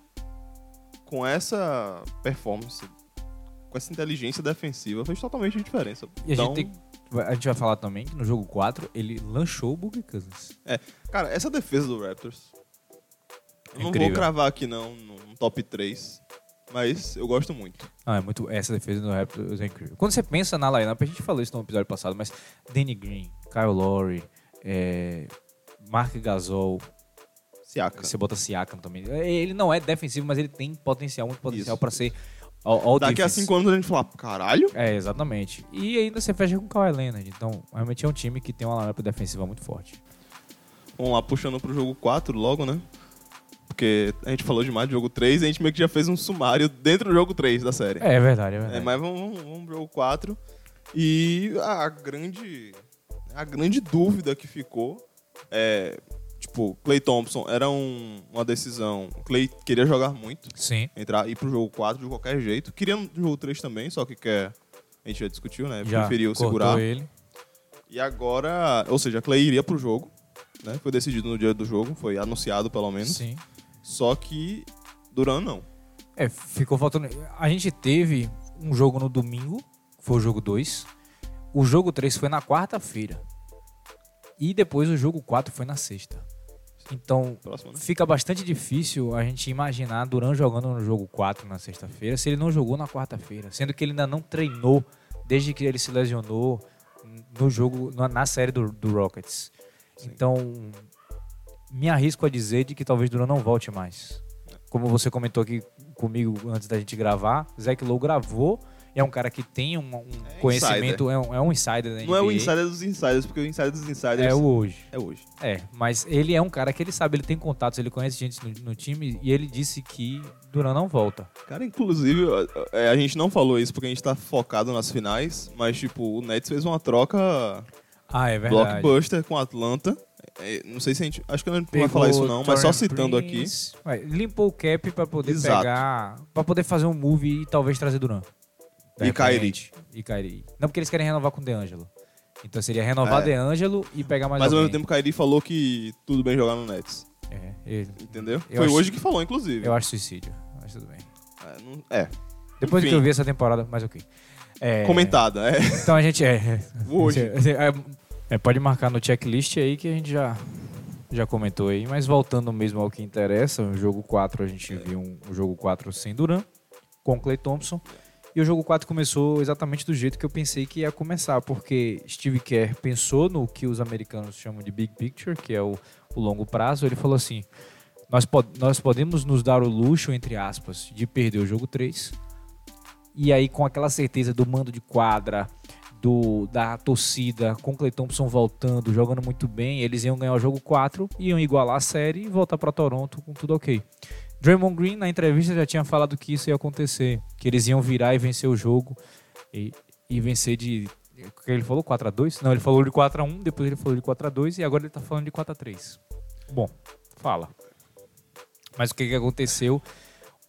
com essa performance, com essa inteligência defensiva, fez totalmente a diferença.
E a,
então,
gente tem- a gente vai falar também que no jogo 4 ele lanchou o Boogie Cousins.
é, cara, essa defesa do Raptors. Eu não
Incrível.
vou cravar aqui não num top 3, mas eu gosto muito.
Ah, é muito. Essa defesa do Raptors é incrível. Quando você pensa na lineup, a gente falou isso no episódio passado, mas Danny Green, Kyle Lowry, é, Mark Gasol,
Siaka.
você bota Siakam também. É, Ele não é defensivo, mas ele tem potencial, muito potencial
Isso.
pra ser all, all
Daqui a
defense.
5 anos a gente fala, caralho,
É, exatamente. E ainda você fecha com o Kawhi Leonard. Então, realmente é um time que tem uma lineup defensiva muito forte.
vamos um lá, puxando pro jogo 4 logo, né? Porque a gente falou demais do jogo 3 e a gente meio que já fez um sumário dentro do jogo 3 da série.
É, verdade, é
É,
verdade.
mas vamos, vamos, vamos pro jogo 4. E a, a grande a grande dúvida que ficou é, tipo, Clay Thompson era um- uma decisão. O Clay queria jogar muito,
Sim.
entrar ir pro jogo 4 de qualquer jeito. Queria no jogo 3 também, só que quer a gente já discutiu, né?
Já
Preferiu
cortou
segurar.
ele.
E agora, ou seja, Clay iria pro jogo, né? Foi decidido no dia do jogo, foi anunciado pelo menos.
Sim.
Só que Duran não.
É, ficou faltando. A gente teve um jogo no domingo, que foi o jogo 2. O jogo 3 foi na quarta-feira. E depois o jogo 4 foi na sexta. Então,
Próximo, né?
fica bastante difícil a gente imaginar Duran jogando no jogo 4 na sexta-feira, se ele não jogou na quarta-feira, sendo que ele ainda não treinou desde que ele se lesionou no jogo, na, na série do, do Rockets. Então, me arrisco a dizer de que talvez Duran não volte mais. Como você comentou aqui comigo antes da gente gravar, Zach Lowe gravou, e é um cara que tem um, um
É
conhecimento, é um, é um insider da
Não é o
NBA,
insider dos insiders, porque o insider dos insiders
é o hoje.
é hoje.
É, mas ele é um cara que ele sabe, ele tem contatos, ele conhece gente no, no time e ele disse que Duran não volta.
Cara, inclusive, a- a a gente não falou isso porque a gente tá focado nas finais, mas, tipo, o Nets fez uma troca
Ah, é
blockbuster com o Atlanta. É, Não sei se a gente. Acho que eu não vai falar isso, não, mas só citando aqui.
limpou o cap pra poder
Exato.
pegar, Pra poder fazer um move e talvez trazer Duran. De
E
repente. E Kyrie. Não porque eles querem renovar com o DeAngelo. Então seria renovar
É.
DeAngelo e pegar mais
Mas ao mesmo
alguém.
tempo, o Kyrie falou que tudo bem jogar no Nets.
É, ele-
Entendeu?
Eu
Foi
acho-
hoje que falou, inclusive.
eu acho suicídio, mas tudo bem.
É, não- é,
Depois
Enfim.
que eu vi essa temporada, mas ok. É,
comentada. É.
Então a gente é.
Hoje.
É, É, pode marcar no checklist aí que a gente já, já comentou aí. Mas voltando mesmo ao que interessa, o jogo 4 a gente viu um, o jogo 4 sem Duran, com Clay Thompson. E o jogo 4 começou exatamente do jeito que eu pensei que ia começar, porque Steve Kerr pensou no que os americanos chamam de big picture, que é o, o longo prazo. Ele falou assim: nós, po nós podemos nos dar o luxo, entre aspas, de perder o jogo 3. E aí, com aquela certeza do mando de quadra, do, da torcida, com o Clay Thompson voltando, jogando muito bem, eles iam ganhar o jogo 4, iam igualar a série e voltar para Toronto com tudo ok. Draymond Green, na entrevista, já tinha falado que isso ia acontecer, que eles iam virar e vencer o jogo e, e vencer de. Ele falou 4x2? Não, ele falou de 4x1, depois ele falou de 4x2 e agora ele tá falando de 4x3. Bom, fala. Mas o que, que aconteceu?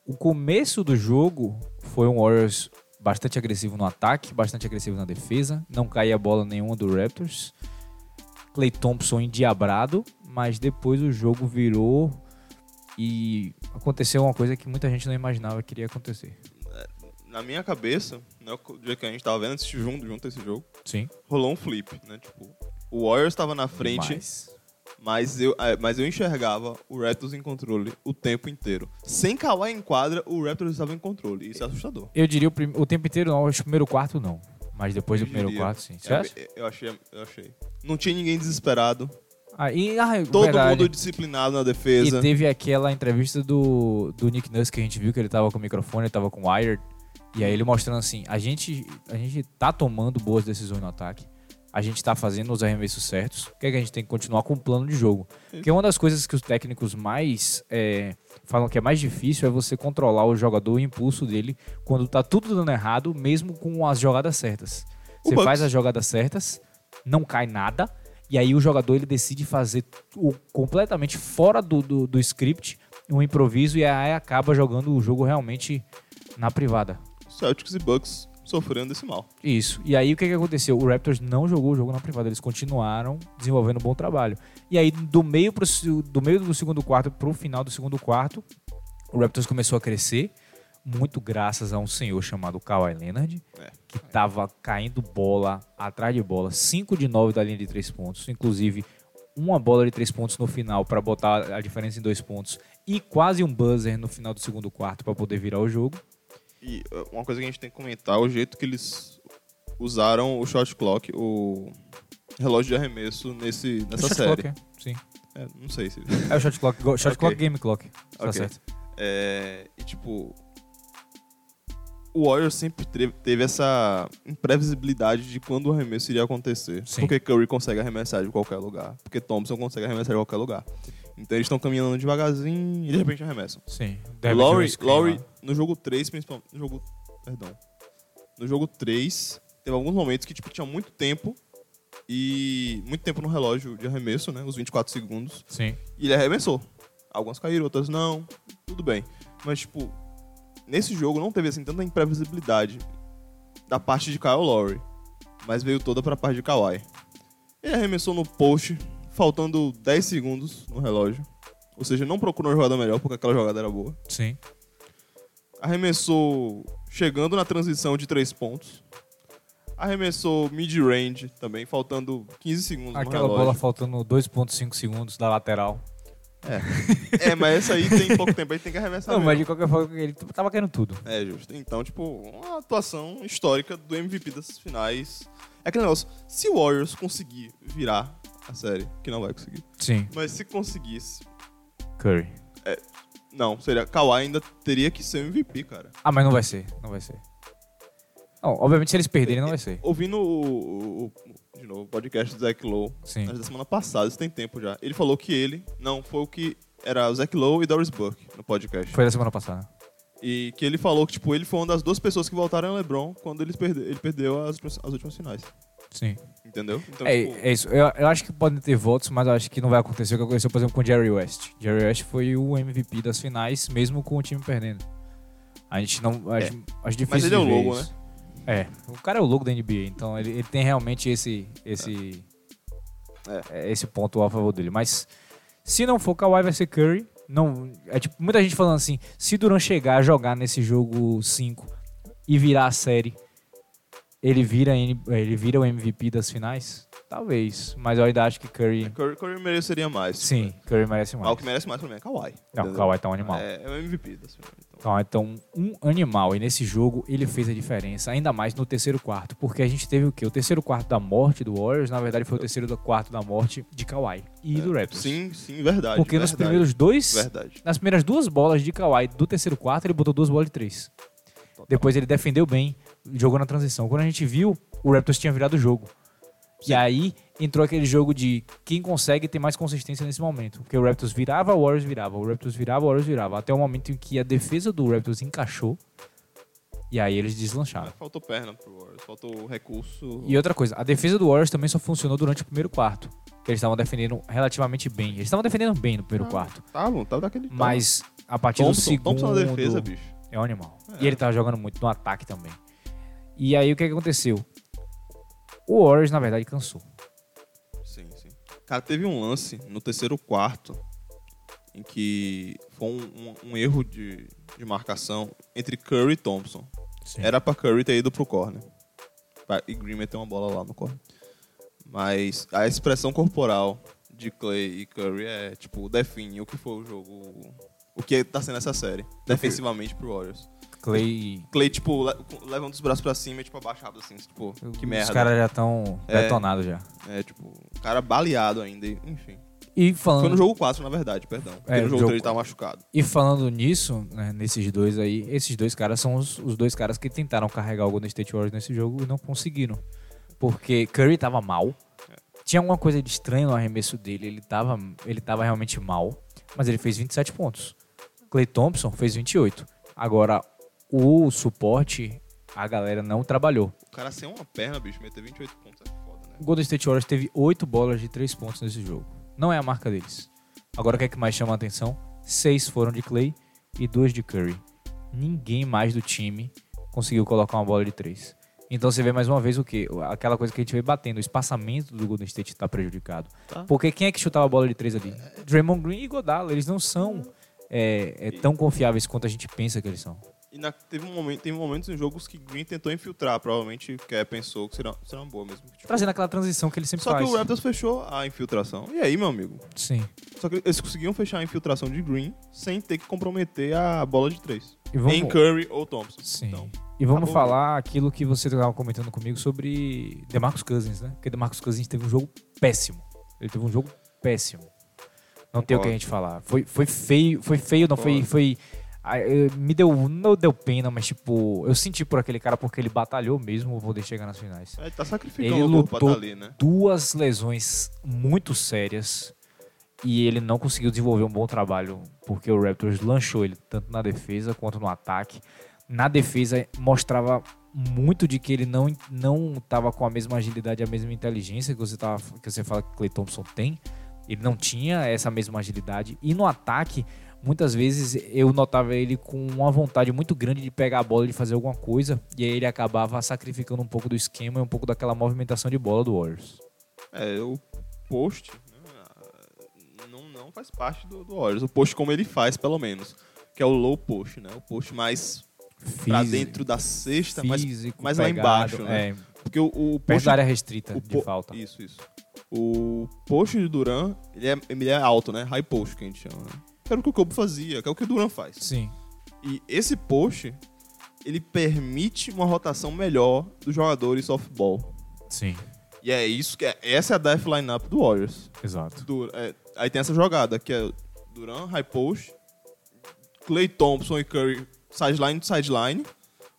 O começo do jogo foi um Warriors bastante agressivo no ataque, bastante agressivo na defesa, não caía bola nenhuma do Raptors. Clay Thompson endiabrado, mas depois o jogo virou e aconteceu uma coisa que muita gente não imaginava que iria acontecer.
Na minha cabeça, né, do jeito que a gente tava vendo, assisti junto, junto esse jogo,
Sim.
rolou um flip, né? Tipo, o Warriors tava na frente, mas,
Mas,
eu, é, mas eu enxergava o Raptors em controle o tempo inteiro. Sem Kawhi em quadra, o Raptors estava em controle. Isso é assustador.
eu diria o, prim- o tempo inteiro não, acho que o primeiro quarto não. Mas depois
Eu
do primeiro
diria.
quarto, sim. Você
É,
acha?
Eu achei, eu achei. Não tinha ninguém desesperado.
Ah, e, ah,
Todo
verdade.
mundo disciplinado na
E
defesa.
teve aquela entrevista do, do Nick Nuss que a gente viu que ele tava com o microfone, ele tava com o Wired. E aí ele mostrando assim, a gente, a gente tá tomando boas decisões no ataque. A gente tá fazendo os arremessos certos. O que é que a gente tem que continuar com o plano de jogo? Porque uma das coisas que os técnicos mais é, falam que é mais difícil é você controlar o jogador, o impulso dele, quando tá tudo dando errado, mesmo com as jogadas certas.
O
Você
Bucks.
faz as jogadas certas, não cai nada, e aí o jogador ele decide fazer o completamente fora do, do, do script, um improviso, e aí acaba jogando o jogo realmente na privada.
Celtics e Bucks sofrendo esse mal.
Isso. E aí o que, que aconteceu? O Raptors não jogou o jogo na privada, eles continuaram desenvolvendo um bom trabalho. E aí do meio, pro, se- do, meio do segundo quarto pro final do segundo quarto, o Raptors começou a crescer, muito graças a um senhor chamado Kawhi Leonard,
É.
que tava caindo bola atrás de bola, 5 de 9 da linha de 3 pontos, inclusive uma bola de 3 pontos no final para botar a diferença em 2 pontos e quase um buzzer no final do segundo quarto para poder virar o jogo.
E uh, uma coisa que a gente tem que comentar é o jeito que eles usaram o shot clock, o relógio de arremesso nesse, nessa
Shot
série.
clock, é. Sim.
É, não sei se.
É o shot clock, go- shot
Ok.
clock game clock. Tá
Ok.
certo.
É, e tipo. O Warriors sempre tre- teve essa imprevisibilidade de quando o arremesso iria acontecer.
Sim.
Porque Curry consegue arremessar de qualquer lugar. Porque Thompson consegue arremessar de qualquer lugar. Então eles estão caminhando devagarzinho e de repente arremessam.
Sim.
Lowry, Lowry no jogo 3, principalmente. No jogo. Perdão. No jogo 3, teve alguns momentos que tipo, tinha muito tempo. E. Muito tempo no relógio de arremesso, né? Os 24 segundos.
Sim.
E ele arremessou. Algumas caíram, outras não. Tudo bem. Mas, tipo. Nesse jogo não teve assim tanta imprevisibilidade da parte de Kyle Lowry. Mas veio toda pra parte de Kawhi. Ele arremessou no post, faltando 10 segundos no relógio. Ou seja, não procurou uma jogada melhor, porque aquela jogada era boa
Sim.
arremessou chegando na transição de três pontos. Arremessou mid-range também, faltando 15 segundos no
Aquela bola
relógio.
faltando 2.5 segundos da lateral.
É, mas essa aí tem pouco tempo, aí tem que arremessar
Não, mas
mesmo.
de qualquer forma, ele tava querendo tudo.
É, justo. Então, tipo, uma atuação histórica do MVP dessas finais. É aquele negócio, se o Warriors conseguir virar a série, que não vai conseguir,
Sim.
mas se conseguisse,
Curry.
não, seria, Kawhi ainda teria que ser o MVP, cara.
Ah, mas não vai ser. Não vai ser. Não, obviamente, se eles perderem, não vai ser.
Ouvindo o, o- o- de novo, o podcast do Zach Lowe,
Sim.
acho da semana passada, isso tem tempo já. Ele falou que ele não foi o que era o Zach Lowe e Doris Burke no podcast.
Foi da semana passada.
E que ele falou que, tipo, ele foi uma das duas pessoas que voltaram a LeBron quando ele, perde, ele perdeu as, pr- as últimas finais.
Sim.
Entendeu? Então, tipo,
É, é isso. Eu, eu acho que podem ter votos, mas eu acho que não vai acontecer o que aconteceu, por exemplo, com o Jerry West. Jerry West foi o MVP das finais, mesmo com o time perdendo. A gente não. Acho, acho difícil.
Mas ele é
de
o
ver
logo,
isso. É. O cara é o logo da NBA, então ele, ele tem realmente esse. esse é, esse ponto a favor dele. Mas se não for Kawhi, vai ser Curry. Não, é tipo, muita gente falando assim: se Duran chegar a jogar nesse jogo 5 e virar a série, Ele vira, N- ele vira o MVP das finais? Talvez. Mas eu ainda acho que Curry.
Curry, Curry mereceria mais.
Sim, Curry merece
Ah, o
mais.
que merece mais pra mim é Kawhi.
Não, o
entendeu?
Kawhi tá um animal.
É, é o MVP desse filme.
Então,
Então.
então, um animal. E nesse jogo ele fez a diferença, ainda mais no terceiro quarto. Porque a gente teve o quê? O terceiro quarto da morte do Warriors, na verdade, foi o terceiro do- quarto da morte de Kawhi e do Raptors.
É, Sim, sim, verdade.
É, Porque nos
verdade,
primeiros dois.
Verdade.
Nas primeiras duas bolas de Kawhi do terceiro quarto, ele botou duas bolas de três. Depois ele defendeu bem, jogou na transição. Quando a gente viu, o Raptors tinha virado o jogo. E aí entrou aquele jogo de quem consegue ter mais consistência nesse momento. Porque o Raptors virava, o Warriors virava, o Raptors virava, o Warriors virava. Até o momento em que a defesa do Raptors encaixou. E aí eles deslancharam.
Faltou perna pro Warriors, faltou recurso.
Ah. E outra coisa, a defesa do Warriors também só funcionou durante o primeiro quarto. que Eles estavam defendendo relativamente bem. Eles estavam defendendo bem no primeiro quarto.
Tá bom, tá daquele tá.
Mas a partir do
Thompson,
segundo.
Thompson na defesa, bicho.
É um animal. E ele tava jogando muito no ataque também. E aí o que, que aconteceu? O Warriors, na verdade, cansou.
Sim, sim. Cara, teve um lance no terceiro quarto em que foi um, um- um erro de, de marcação entre Curry e Thompson.
Sim.
Era pra Curry ter ido pro corner. Pra- E Green meter uma bola lá no corner. Mas a expressão corporal de Clay e Curry é, tipo, define o que foi o jogo. O que tá sendo essa série, defensivamente pro Warriors.
Clay.
Clay, tipo, le- levanta os braços pra cima e, tipo, abaixa rápido assim, tipo, que merda.
Os caras já estão
É.
detonados já.
É, tipo, o cara baleado ainda, e- enfim.
E
Foi
falando,
no jogo 4, na verdade, perdão. Porque
É,
no jogo
jogo
3 ele tá machucado.
e falando nisso, né, nesses dois aí, esses dois caras são os, os dois caras que tentaram carregar o Golden State Warriors nesse jogo e não conseguiram. Porque Curry tava mal. Tinha alguma coisa de estranho no arremesso dele. Ele tava, ele tava realmente mal. Mas ele fez 27 pontos. Clay Thompson fez 28. Agora, o suporte, a galera não trabalhou.
O cara sem uma perna, bicho, meter 28 pontos é foda, né?
O Golden State Warriors teve 8 bolas de 3 pontos nesse jogo. Não é a marca deles. Agora, o que é que mais chama a atenção? 6 foram de Clay e 2 de Curry. Ninguém mais do time conseguiu colocar uma bola de 3. Então você vê mais uma vez o que? Aquela coisa que a gente vê batendo, o espaçamento do Golden State está prejudicado.
Tá.
Porque quem é que chutava a bola de 3 ali? Draymond Green e Godala, eles não são é, é, tão confiáveis quanto a gente pensa que eles são.
E na- teve, um momento, teve momentos em jogos que Green tentou infiltrar, provavelmente que é, pensou que seria, seria uma boa mesmo. Tipo,
Trazendo aquela transição que eles sempre
só que
fazem.
o Raptors fechou a infiltração. E aí, meu amigo?
Sim.
Só que eles conseguiam fechar a infiltração de Green sem ter que comprometer a bola de 3.
E vamos-
Em Curry ou Thompson.
Sim.
Então,
e vamos
acabou.
falar aquilo que você estava comentando comigo sobre DeMarcus Cousins, né? Porque DeMarcus Cousins teve um jogo péssimo. Ele teve um jogo péssimo. Não tem o que a
Concordo.
gente falar. Foi, foi feio, foi feio, não foi
Concordo.
foi ah, eh, me deu não deu pena, mas tipo, eu senti por aquele cara porque ele batalhou mesmo, vou deixar chegar nas finais.
é, tá sacrificando
Ele
o corpo pra
lutou-
tá ali, né?
Duas lesões muito sérias e ele não conseguiu desenvolver um bom trabalho porque o Raptors lanchou ele tanto na defesa quanto no ataque. Na defesa mostrava muito de que ele não não estava com a mesma agilidade, a mesma inteligência que você tava, que você fala que Clay Thompson tem. Ele não tinha essa mesma agilidade e no ataque muitas vezes eu notava ele com uma vontade muito grande de pegar a bola e de fazer alguma coisa e aí ele acabava sacrificando um pouco do esquema e um pouco daquela movimentação de bola do Warriors.
É, o post né, a- não, não faz parte do, do Warriors. O post como ele faz, pelo menos. Que é o low post, né? O post mais pra dentro da cesta, mas
físico,
mas lá
pegado,
embaixo, né?
é,
porque o, o
perto
post
da área restrita
o
de
po-
falta.
Isso, isso. O post de Duran, ele é, ele é alto, né? High post que a gente chama, né? Que era o que o Kobe fazia, que é o que o Duran faz.
Sim.
E esse post, ele permite uma rotação melhor dos jogadores softball.
Sim,
E é isso que é. Essa é a death lineup do Warriors.
exato.
Dur- é, aí tem essa jogada que é Duran, high post, Clay Thompson e Curry sideline to sideline,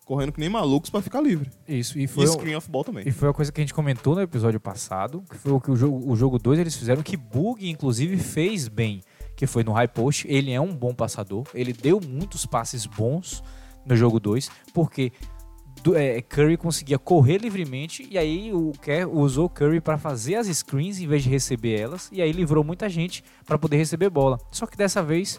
correndo que nem malucos pra ficar livre.
Isso, e foi,
E
o-
screen off ball
e
também.
foi a coisa que a gente comentou no episódio passado, que foi o que o jogo 2 o jogo dois eles fizeram, que Bug, inclusive, fez bem, que foi no high post. Ele é um bom passador, ele deu muitos passes bons no jogo 2, porque do- é, Curry conseguia correr livremente, e aí o Kerr usou Curry para fazer as screens em vez de receber elas, e aí livrou muita gente para poder receber bola. Só que dessa vez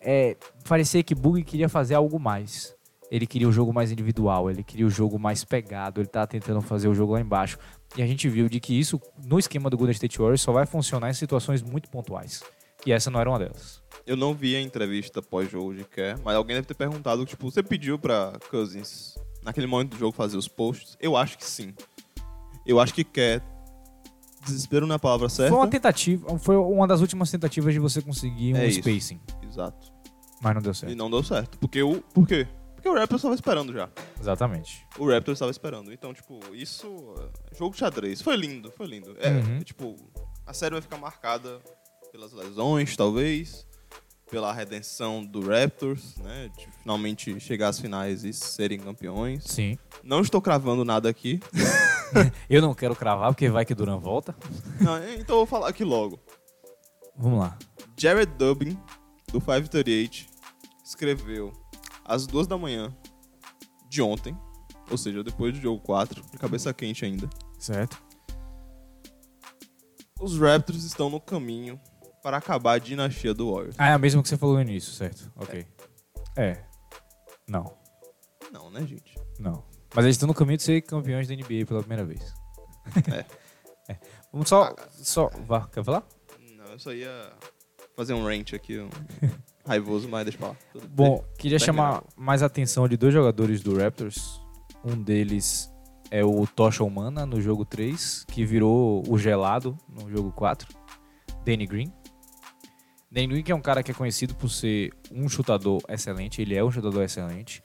é, parecia que Bug queria fazer algo mais. Ele queria o jogo mais individual, ele queria o jogo mais pegado, ele tava tentando fazer o jogo lá embaixo. E a gente viu de que isso, no esquema do Golden State Warriors, só vai funcionar em situações muito pontuais. E essa não era uma delas.
Eu não vi a entrevista pós-jogo de Kerr, mas alguém deve ter perguntado, tipo, você pediu pra Cousins naquele momento do jogo fazer os posts? Eu acho que sim. Eu acho que quer. Desespero não é a palavra certa.
Foi uma tentativa, foi uma das últimas tentativas de você conseguir um
É isso.
spacing,
Exato.
mas não deu
E
certo.
não deu certo. Porque o. Por quê? Porque o Raptors estava esperando já.
Exatamente.
O Raptors estava esperando. Então, tipo, isso. é, Jogo de xadrez. Foi lindo, foi lindo. É,
Uhum.
tipo, a série vai ficar marcada pelas lesões, talvez. Pela redenção do Raptors, né? De finalmente chegar às finais e serem campeões.
Sim.
Não estou cravando nada aqui.
Eu não quero cravar porque vai que Duran volta.
Não, então eu vou falar aqui logo.
Vamos lá.
Jared Dubin, do 538, escreveu às duas da manhã de ontem, ou seja, depois do jogo 4, de cabeça quente ainda.
Certo.
Os Raptors estão no caminho para acabar a dinastia do Warriors.
Ah, é a mesma que você falou no início, certo? Ok. É. Não,
Não, né, gente?
não. Mas eles estão no caminho de ser campeões da NBA pela primeira vez.
É.
É. Vamos só. só vá, quer falar?
Não, eu só ia fazer um rant aqui, um raivoso, mas deixa pra lá. Tudo
Bom,
bem.
queria
Terminar.
chamar mais a atenção de dois jogadores do Raptors. Um deles é o Tocha Humana no jogo 3, que virou o gelado no jogo 4, Danny Green. Danny Green que é um cara que é conhecido por ser um chutador excelente, ele é um chutador excelente.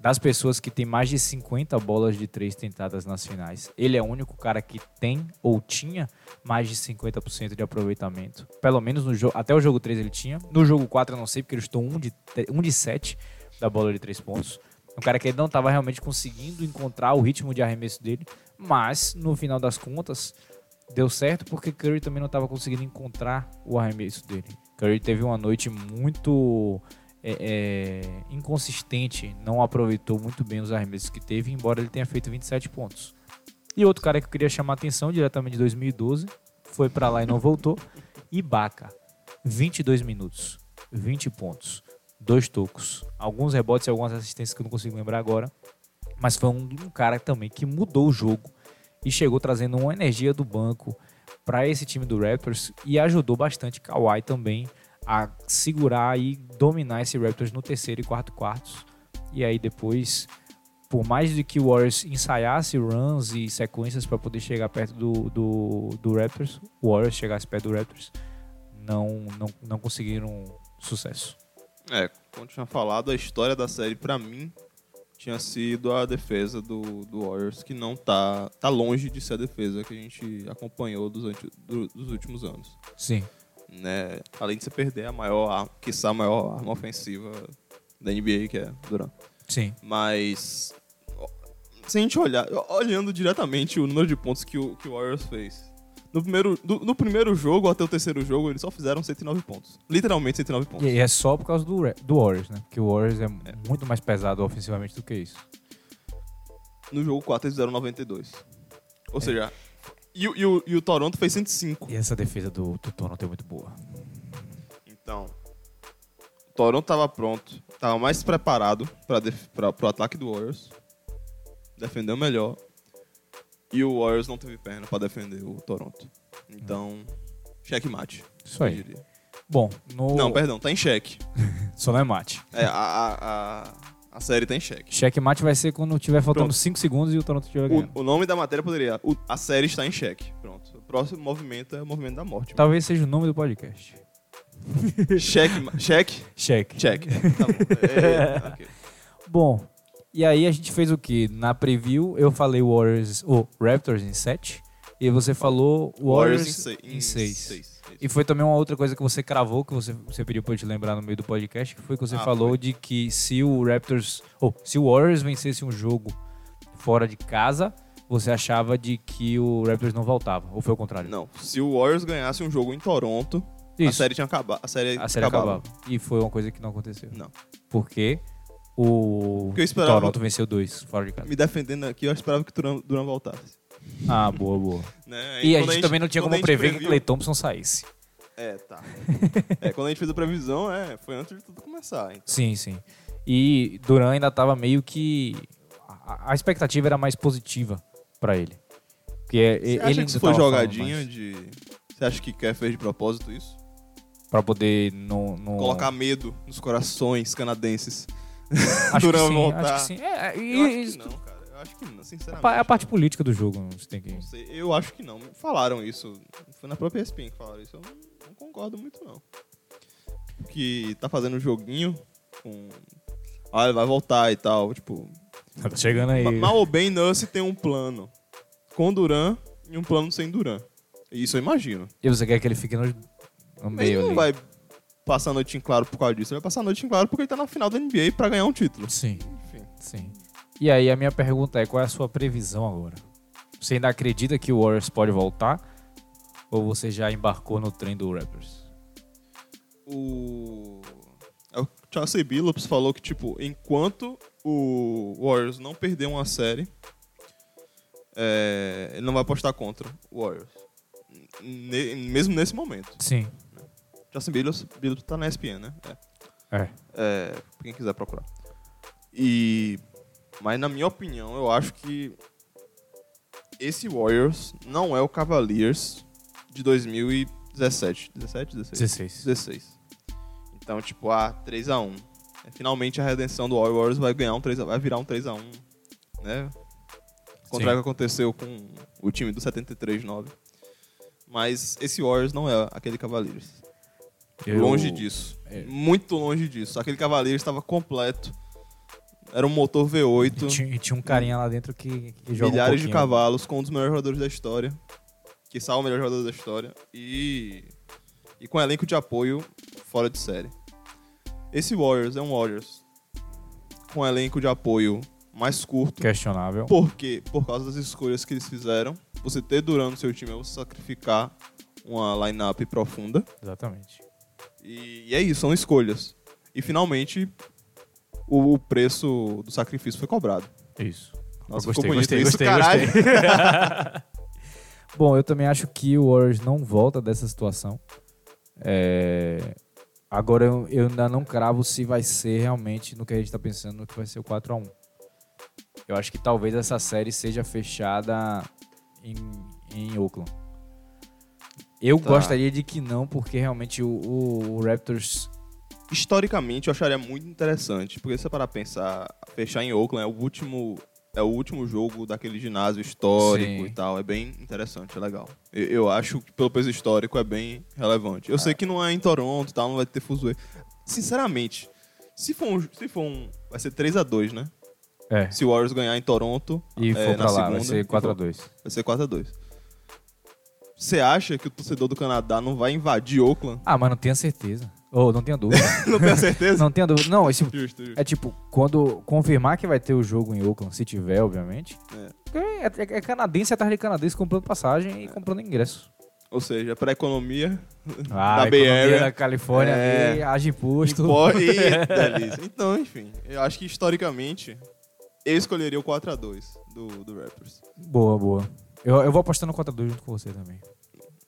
Das pessoas que tem mais de 50 bolas de 3 tentadas nas finais, ele é o único cara que tem ou tinha mais de 50% de aproveitamento. Pelo menos no jogo, até o jogo 3 ele tinha. No jogo 4 eu não sei, porque eles estão 1 de, te- um de 7 da bola de 3 pontos. Um cara que ele não estava realmente conseguindo encontrar o ritmo de arremesso dele, mas no final das contas deu certo porque Curry também não estava conseguindo encontrar o arremesso dele. Curry teve uma noite muito é, é, inconsistente, não aproveitou muito bem os arremessos que teve, embora ele tenha feito 27 pontos. E outro cara que eu queria chamar a atenção diretamente de 2012, foi pra lá e não voltou. Ibaka, 22 minutos, 20 pontos, dois tocos, alguns rebotes e algumas assistências que eu não consigo lembrar agora. Mas foi um, um cara também que mudou o jogo e chegou trazendo uma energia do banco pra esse time do Raptors e ajudou bastante Kawhi também a segurar e dominar esse Raptors no terceiro e quarto quartos. E aí depois por mais de que o Warriors ensaiasse runs e sequências para poder chegar perto do, do, do Raptors, o Warriors chegasse perto do Raptors, não, não, não conseguiram sucesso.
É, como eu tinha falado, a história da série, pra mim, tinha sido a defesa do, do Warriors, que não tá, tá longe de ser a defesa que a gente acompanhou dos, anti- do- dos últimos anos.
Sim.
Né? Além de você perder a maior arma, quiçá a maior arma ofensiva da NBA, que é Durant.
Sim.
Mas, ó, se a gente olhar, olhando diretamente o número de pontos que o, que o Warriors fez, no primeiro, do- no primeiro jogo até o terceiro jogo, eles só fizeram 109 pontos. Literalmente 109 pontos.
E é só por causa do, Ra- do Warriors, né? Porque o Warriors é, muito mais pesado ofensivamente do que isso.
No jogo 4 eles fizeram 92.
É.
Ou seja, e, o- e o, e o Toronto fez 105.
E essa defesa do, do Toronto é muito boa.
Então, o Toronto tava pronto, tava mais preparado pra def- pra- pro ataque do Warriors. Defendeu melhor. E o Warriors não teve perna pra defender o Toronto. Então, checkmate.
Isso
eu
aí.
diria.
Bom, no...
Não, perdão, tá em cheque.
Só não é mate.
É, a, a, a, a série tá em cheque.
Checkmate vai ser quando tiver faltando
Pronto.
5 segundos e o Toronto tiver ganhando.
O, o nome da matéria poderia. o- a série está em cheque. Pronto. O próximo movimento é o movimento da morte.
Talvez seja o nome do podcast.
Cheque, ma- cheque,
Check.
cheque. Tá bom. É, ok.
Bom, e aí a gente fez o que? Na preview eu falei Warriors, ou Raptors em 7, e você falou Warriors,
sei-
em 6.
seis.
E foi também uma outra coisa que você cravou, que você, você pediu pra eu te lembrar no meio do podcast, que foi que você
Ah,
falou
foi.
de que se o Raptors, ou se o Warriors vencesse um jogo fora de casa, você achava de que o Raptors não voltava, ou foi o contrário?
Não, se o Warriors ganhasse um jogo em Toronto, a
Isso,
série tinha acabado. A série,
a série
acabava.
acabava. E foi uma coisa que não aconteceu.
Não.
Porque o
Porque eu esperava-
Toronto venceu dois fora de casa.
Me defendendo aqui, eu esperava que o Duran, Duran voltasse.
Ah, boa, boa.
Né?
E a
quando
gente também não tinha
quando
como
a gente
prever que
previu-
Clay Thompson saísse.
É, tá. é, quando a gente fez a previsão, é, foi antes de tudo começar. Então.
Sim, sim. E Duran ainda tava meio que. a- A, a expectativa era mais positiva pra ele. Porque é-
Você
ele
acha
ainda
que isso foi
tava falando
jogadinha
mais.
de... Você acha que quer fez de propósito isso?
Pra poder não. não-
Colocar medo nos corações canadenses.
Acho que
Durão
sim,
voltar.
acho que sim. É, é,
Eu
e-
acho
e-
que não, cara. Eu acho que não,
a
sinceramente.
pa- é a parte política do jogo, você tem que.
Não sei, eu acho que não. Falaram isso. Foi na própria Spin que falaram isso. Eu não, não concordo muito, não. Que tá fazendo um joguinho com. Ah, ele vai voltar e tal. Tipo,
Tá chegando aí.
ma- mal ou bem, Nurse tem um plano com Duran e um plano sem Duran. Isso eu imagino.
E você quer que ele fique no, no
ele
meio
não
ali.
vai passar a noite em claro por causa disso. Ele vai passar a noite em claro porque ele tá na final da NBA pra ganhar um título.
Sim,
Enfim.
sim. E aí a minha pergunta é, qual é a sua previsão agora? Você ainda acredita que o Warriors pode voltar? Ou você já embarcou no trem do Raptors?
o. é O Chauncey Billups falou que, tipo, enquanto o Warriors não perder uma série, é, ele não vai apostar contra o Warriors. Ne- mesmo nesse momento.
Sim.
Chauncey Billups, Billups tá na ESPN, né? É.
É.
É, pra quem quiser procurar. E mas na minha opinião, eu acho que esse Warriors não é o Cavaliers de 2017, 17, 16.
16.
16. Então, tipo, ah, 3 a 1. É, Finalmente a redenção do Warriors vai ganhar um 3 a, vai virar um 3 a 1, né? Ao contrário
Sim.
do que aconteceu com o time do 73-9. Mas esse Warriors não é aquele Cavaliers.
Eu-
Longe disso.
É.
Muito longe disso. Aquele Cavaleiro estava completo. Era um motor V8,
E tinha, e tinha um carinha lá dentro que, que joga um
milhares de
pouquinho.
cavalos, com um dos melhores jogadores da história. Que o melhor jogador da história. E. E com elenco de apoio fora de série. Esse Warriors é um Warriors com elenco de apoio mais curto.
Questionável.
Por quê? Por causa das escolhas que eles fizeram. Você ter Duran no seu time é você sacrificar uma lineup profunda.
Exatamente.
E, e é isso, são escolhas. E finalmente o, o preço do sacrifício foi cobrado.
Isso.
Nossa,
Eu
ficou
gostei, gostei,
bonito isso,
gostei,
caralho.
gostei. Bom, eu também acho que o Warriors não volta dessa situação. É, Agora eu, eu ainda não cravo se vai ser realmente no que a gente tá pensando que vai ser o 4x1. Eu acho que talvez essa série seja fechada em, em Oakland. Eu
Tá.
gostaria de que não, porque realmente o- o- o Raptors
Historicamente, eu acharia muito interessante, porque se você parar pra pensar, fechar em Oakland é o último é o último jogo daquele ginásio histórico
Sim.
e tal, é bem interessante, é legal. Eu, eu acho que pelo peso histórico é bem relevante. Eu sei que não é em Toronto e tal, não vai ter fuzuê. Sinceramente, se for um, se for um, vai ser 3 a 2, né?
É.
Se o Warriors ganhar em Toronto,
E
é,
for
na
pra lá, vai
segunda,
ser
e for-
4x2.
Vai ser 4x2. Você acha que o torcedor do Canadá não vai invadir Oakland?
Ah, mas não tenho certeza. Ou não tenho dúvida.
não tenho certeza.
não tenho dúvida. Não, esse
Justo, justo.
é tipo, quando confirmar que vai ter o jogo em Oakland, se tiver, obviamente.
É.
porque É, é- é canadense atrás de canadense comprando passagem e comprando ingresso.
Ou seja, pra economia
Ah,
da Bay
economia da
Area.
Califórnia,
É.
ali, age imposto.
impo- e delícia. Então, enfim, eu acho que historicamente eu escolheria o 4x2 do, do Raptors.
Boa, boa. Eu, eu vou apostar no 4x2 junto com você também.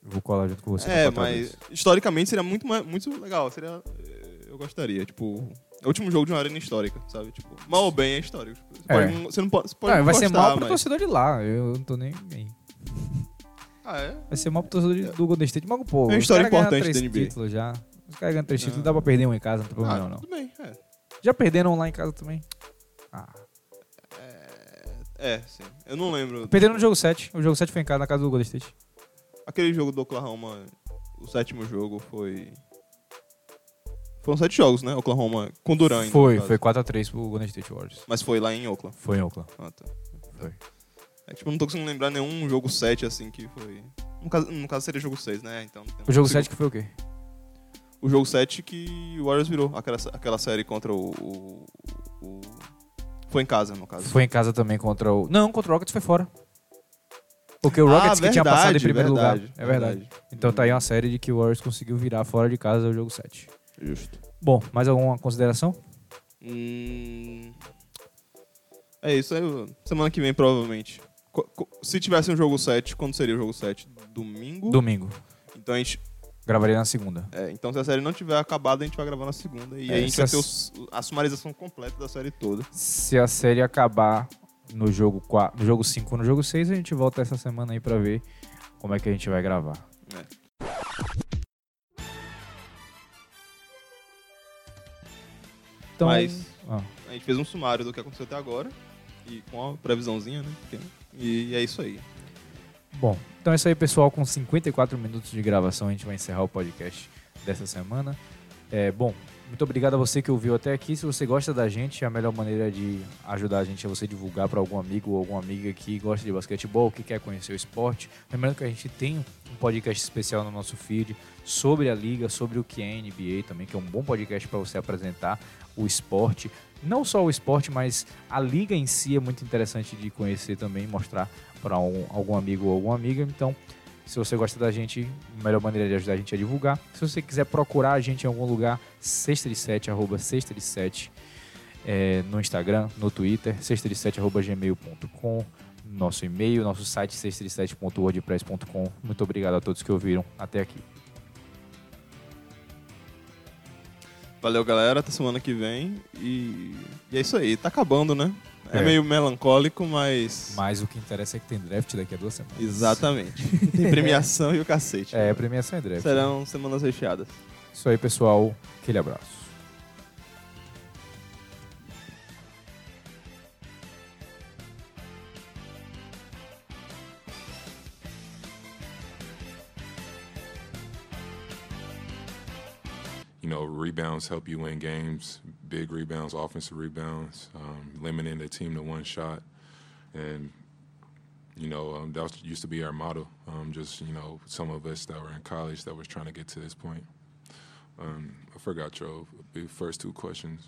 Eu Vou colar junto com você. no
é,
4x2.
mas historicamente seria muito, mais- muito legal. Seria. eh, Eu gostaria, tipo. É o último jogo de uma arena histórica, sabe? Tipo, mal ou bem é histórico. Tipo, Você,
É.
pode não- você não pode. Você pode
Não,
não
vai ser
gostar,
mal pro
mas-
torcedor de lá. Eu não tô nem aí.
Ah, é?
Vai ser mal pro torcedor de- do Golden State. Mas, pô,
É uma história
os caras ganharam
importante
três
da NBA.
títulos já. Os caras ganham três títulos,
Ah.
dá pra perder um em casa, não tem problema
ah,
não.
Tudo bem, é.
Já perderam lá em casa também? Ah.
É, sim. Eu não lembro.
Perderam no jogo 7. O jogo 7 foi em casa, na casa do Golden State.
Aquele jogo do Oklahoma, o sétimo jogo foi. Foram sete jogos, né? Oklahoma com Duran ainda,
foi,
no caso.
foi 4x3 pro Golden State Warriors.
Mas foi lá em Oakland.
Foi em Oakland.
Ah, tá.
Foi.
É, tipo, não tô conseguindo lembrar nenhum jogo 7 assim que foi. No caso, no caso seria jogo 6, né? Então.
O jogo
consigo-
7 que foi o quê?
O jogo 7 que o Warriors virou. Aquela, aquela série contra o, o- o- Foi em casa, no caso.
Foi em casa também contra o. Não, contra o Rockets foi fora. Porque o Rockets
ah,
que tinha
verdade,
passado em primeiro
verdade,
lugar. É verdade. Então tá aí uma série de que o Warriors conseguiu virar fora de casa o jogo 7.
Justo.
Bom, mais alguma consideração?
Hum... É isso aí. Semana que vem, provavelmente. Co- co- Se tivesse um jogo 7, quando seria o jogo 7? Domingo?
Domingo.
Então a gente.
Gravarei na segunda.
é, então se a série não tiver acabada, a gente vai gravar na segunda. E
É,
aí a gente
se
vai
a
ter os- a sumarização completa da série toda.
Se a série acabar no jogo 4, no jogo 5 ou no jogo 6, a gente volta essa semana aí pra ver como é que a gente vai gravar. Então,
Mas-
ah,
A gente fez um sumário do que aconteceu até agora. E com a previsãozinha, né? pequena. E é isso aí.
Bom, então é isso aí, pessoal. Com 54 minutos de gravação, a gente vai encerrar o podcast dessa semana. É, bom, muito obrigado a você que ouviu até aqui. Se você gosta da gente, a melhor maneira de ajudar a gente é você divulgar para algum amigo ou alguma amiga que gosta de basquetebol, que quer conhecer o esporte. Lembrando que a gente tem um podcast especial no nosso feed sobre a liga, sobre o que é NBA também, que é um bom podcast para você apresentar o esporte. Não só o esporte, mas a liga em si é muito interessante de conhecer também, mostrar para um- algum amigo ou alguma amiga. Então, se você gosta da gente, a melhor maneira de ajudar a gente é divulgar. Se você quiser procurar a gente em algum lugar, 637, arroba 637, é, no Instagram, no Twitter, 637, arroba gmail.com, nosso e-mail, nosso site, 637.wordpress.com. Muito obrigado a todos que ouviram até aqui.
Valeu, galera. Até semana que vem. E, e é isso aí. Tá acabando, né? É,
É.
meio melancólico, mas.
Mas o que interessa é que tem draft daqui a duas semanas.
Exatamente. Tem premiação e o cacete.
É, premiação é draft.
Serão semanas recheadas.
Isso aí, pessoal. Aquele abraço.
you know, rebounds help you win games. Big rebounds, offensive rebounds, um, limiting the team to one shot, and you know um, that was, used to be our motto. Um, just you know, some of us that were in college that was trying to get to this point. Um, I forgot your the first two questions.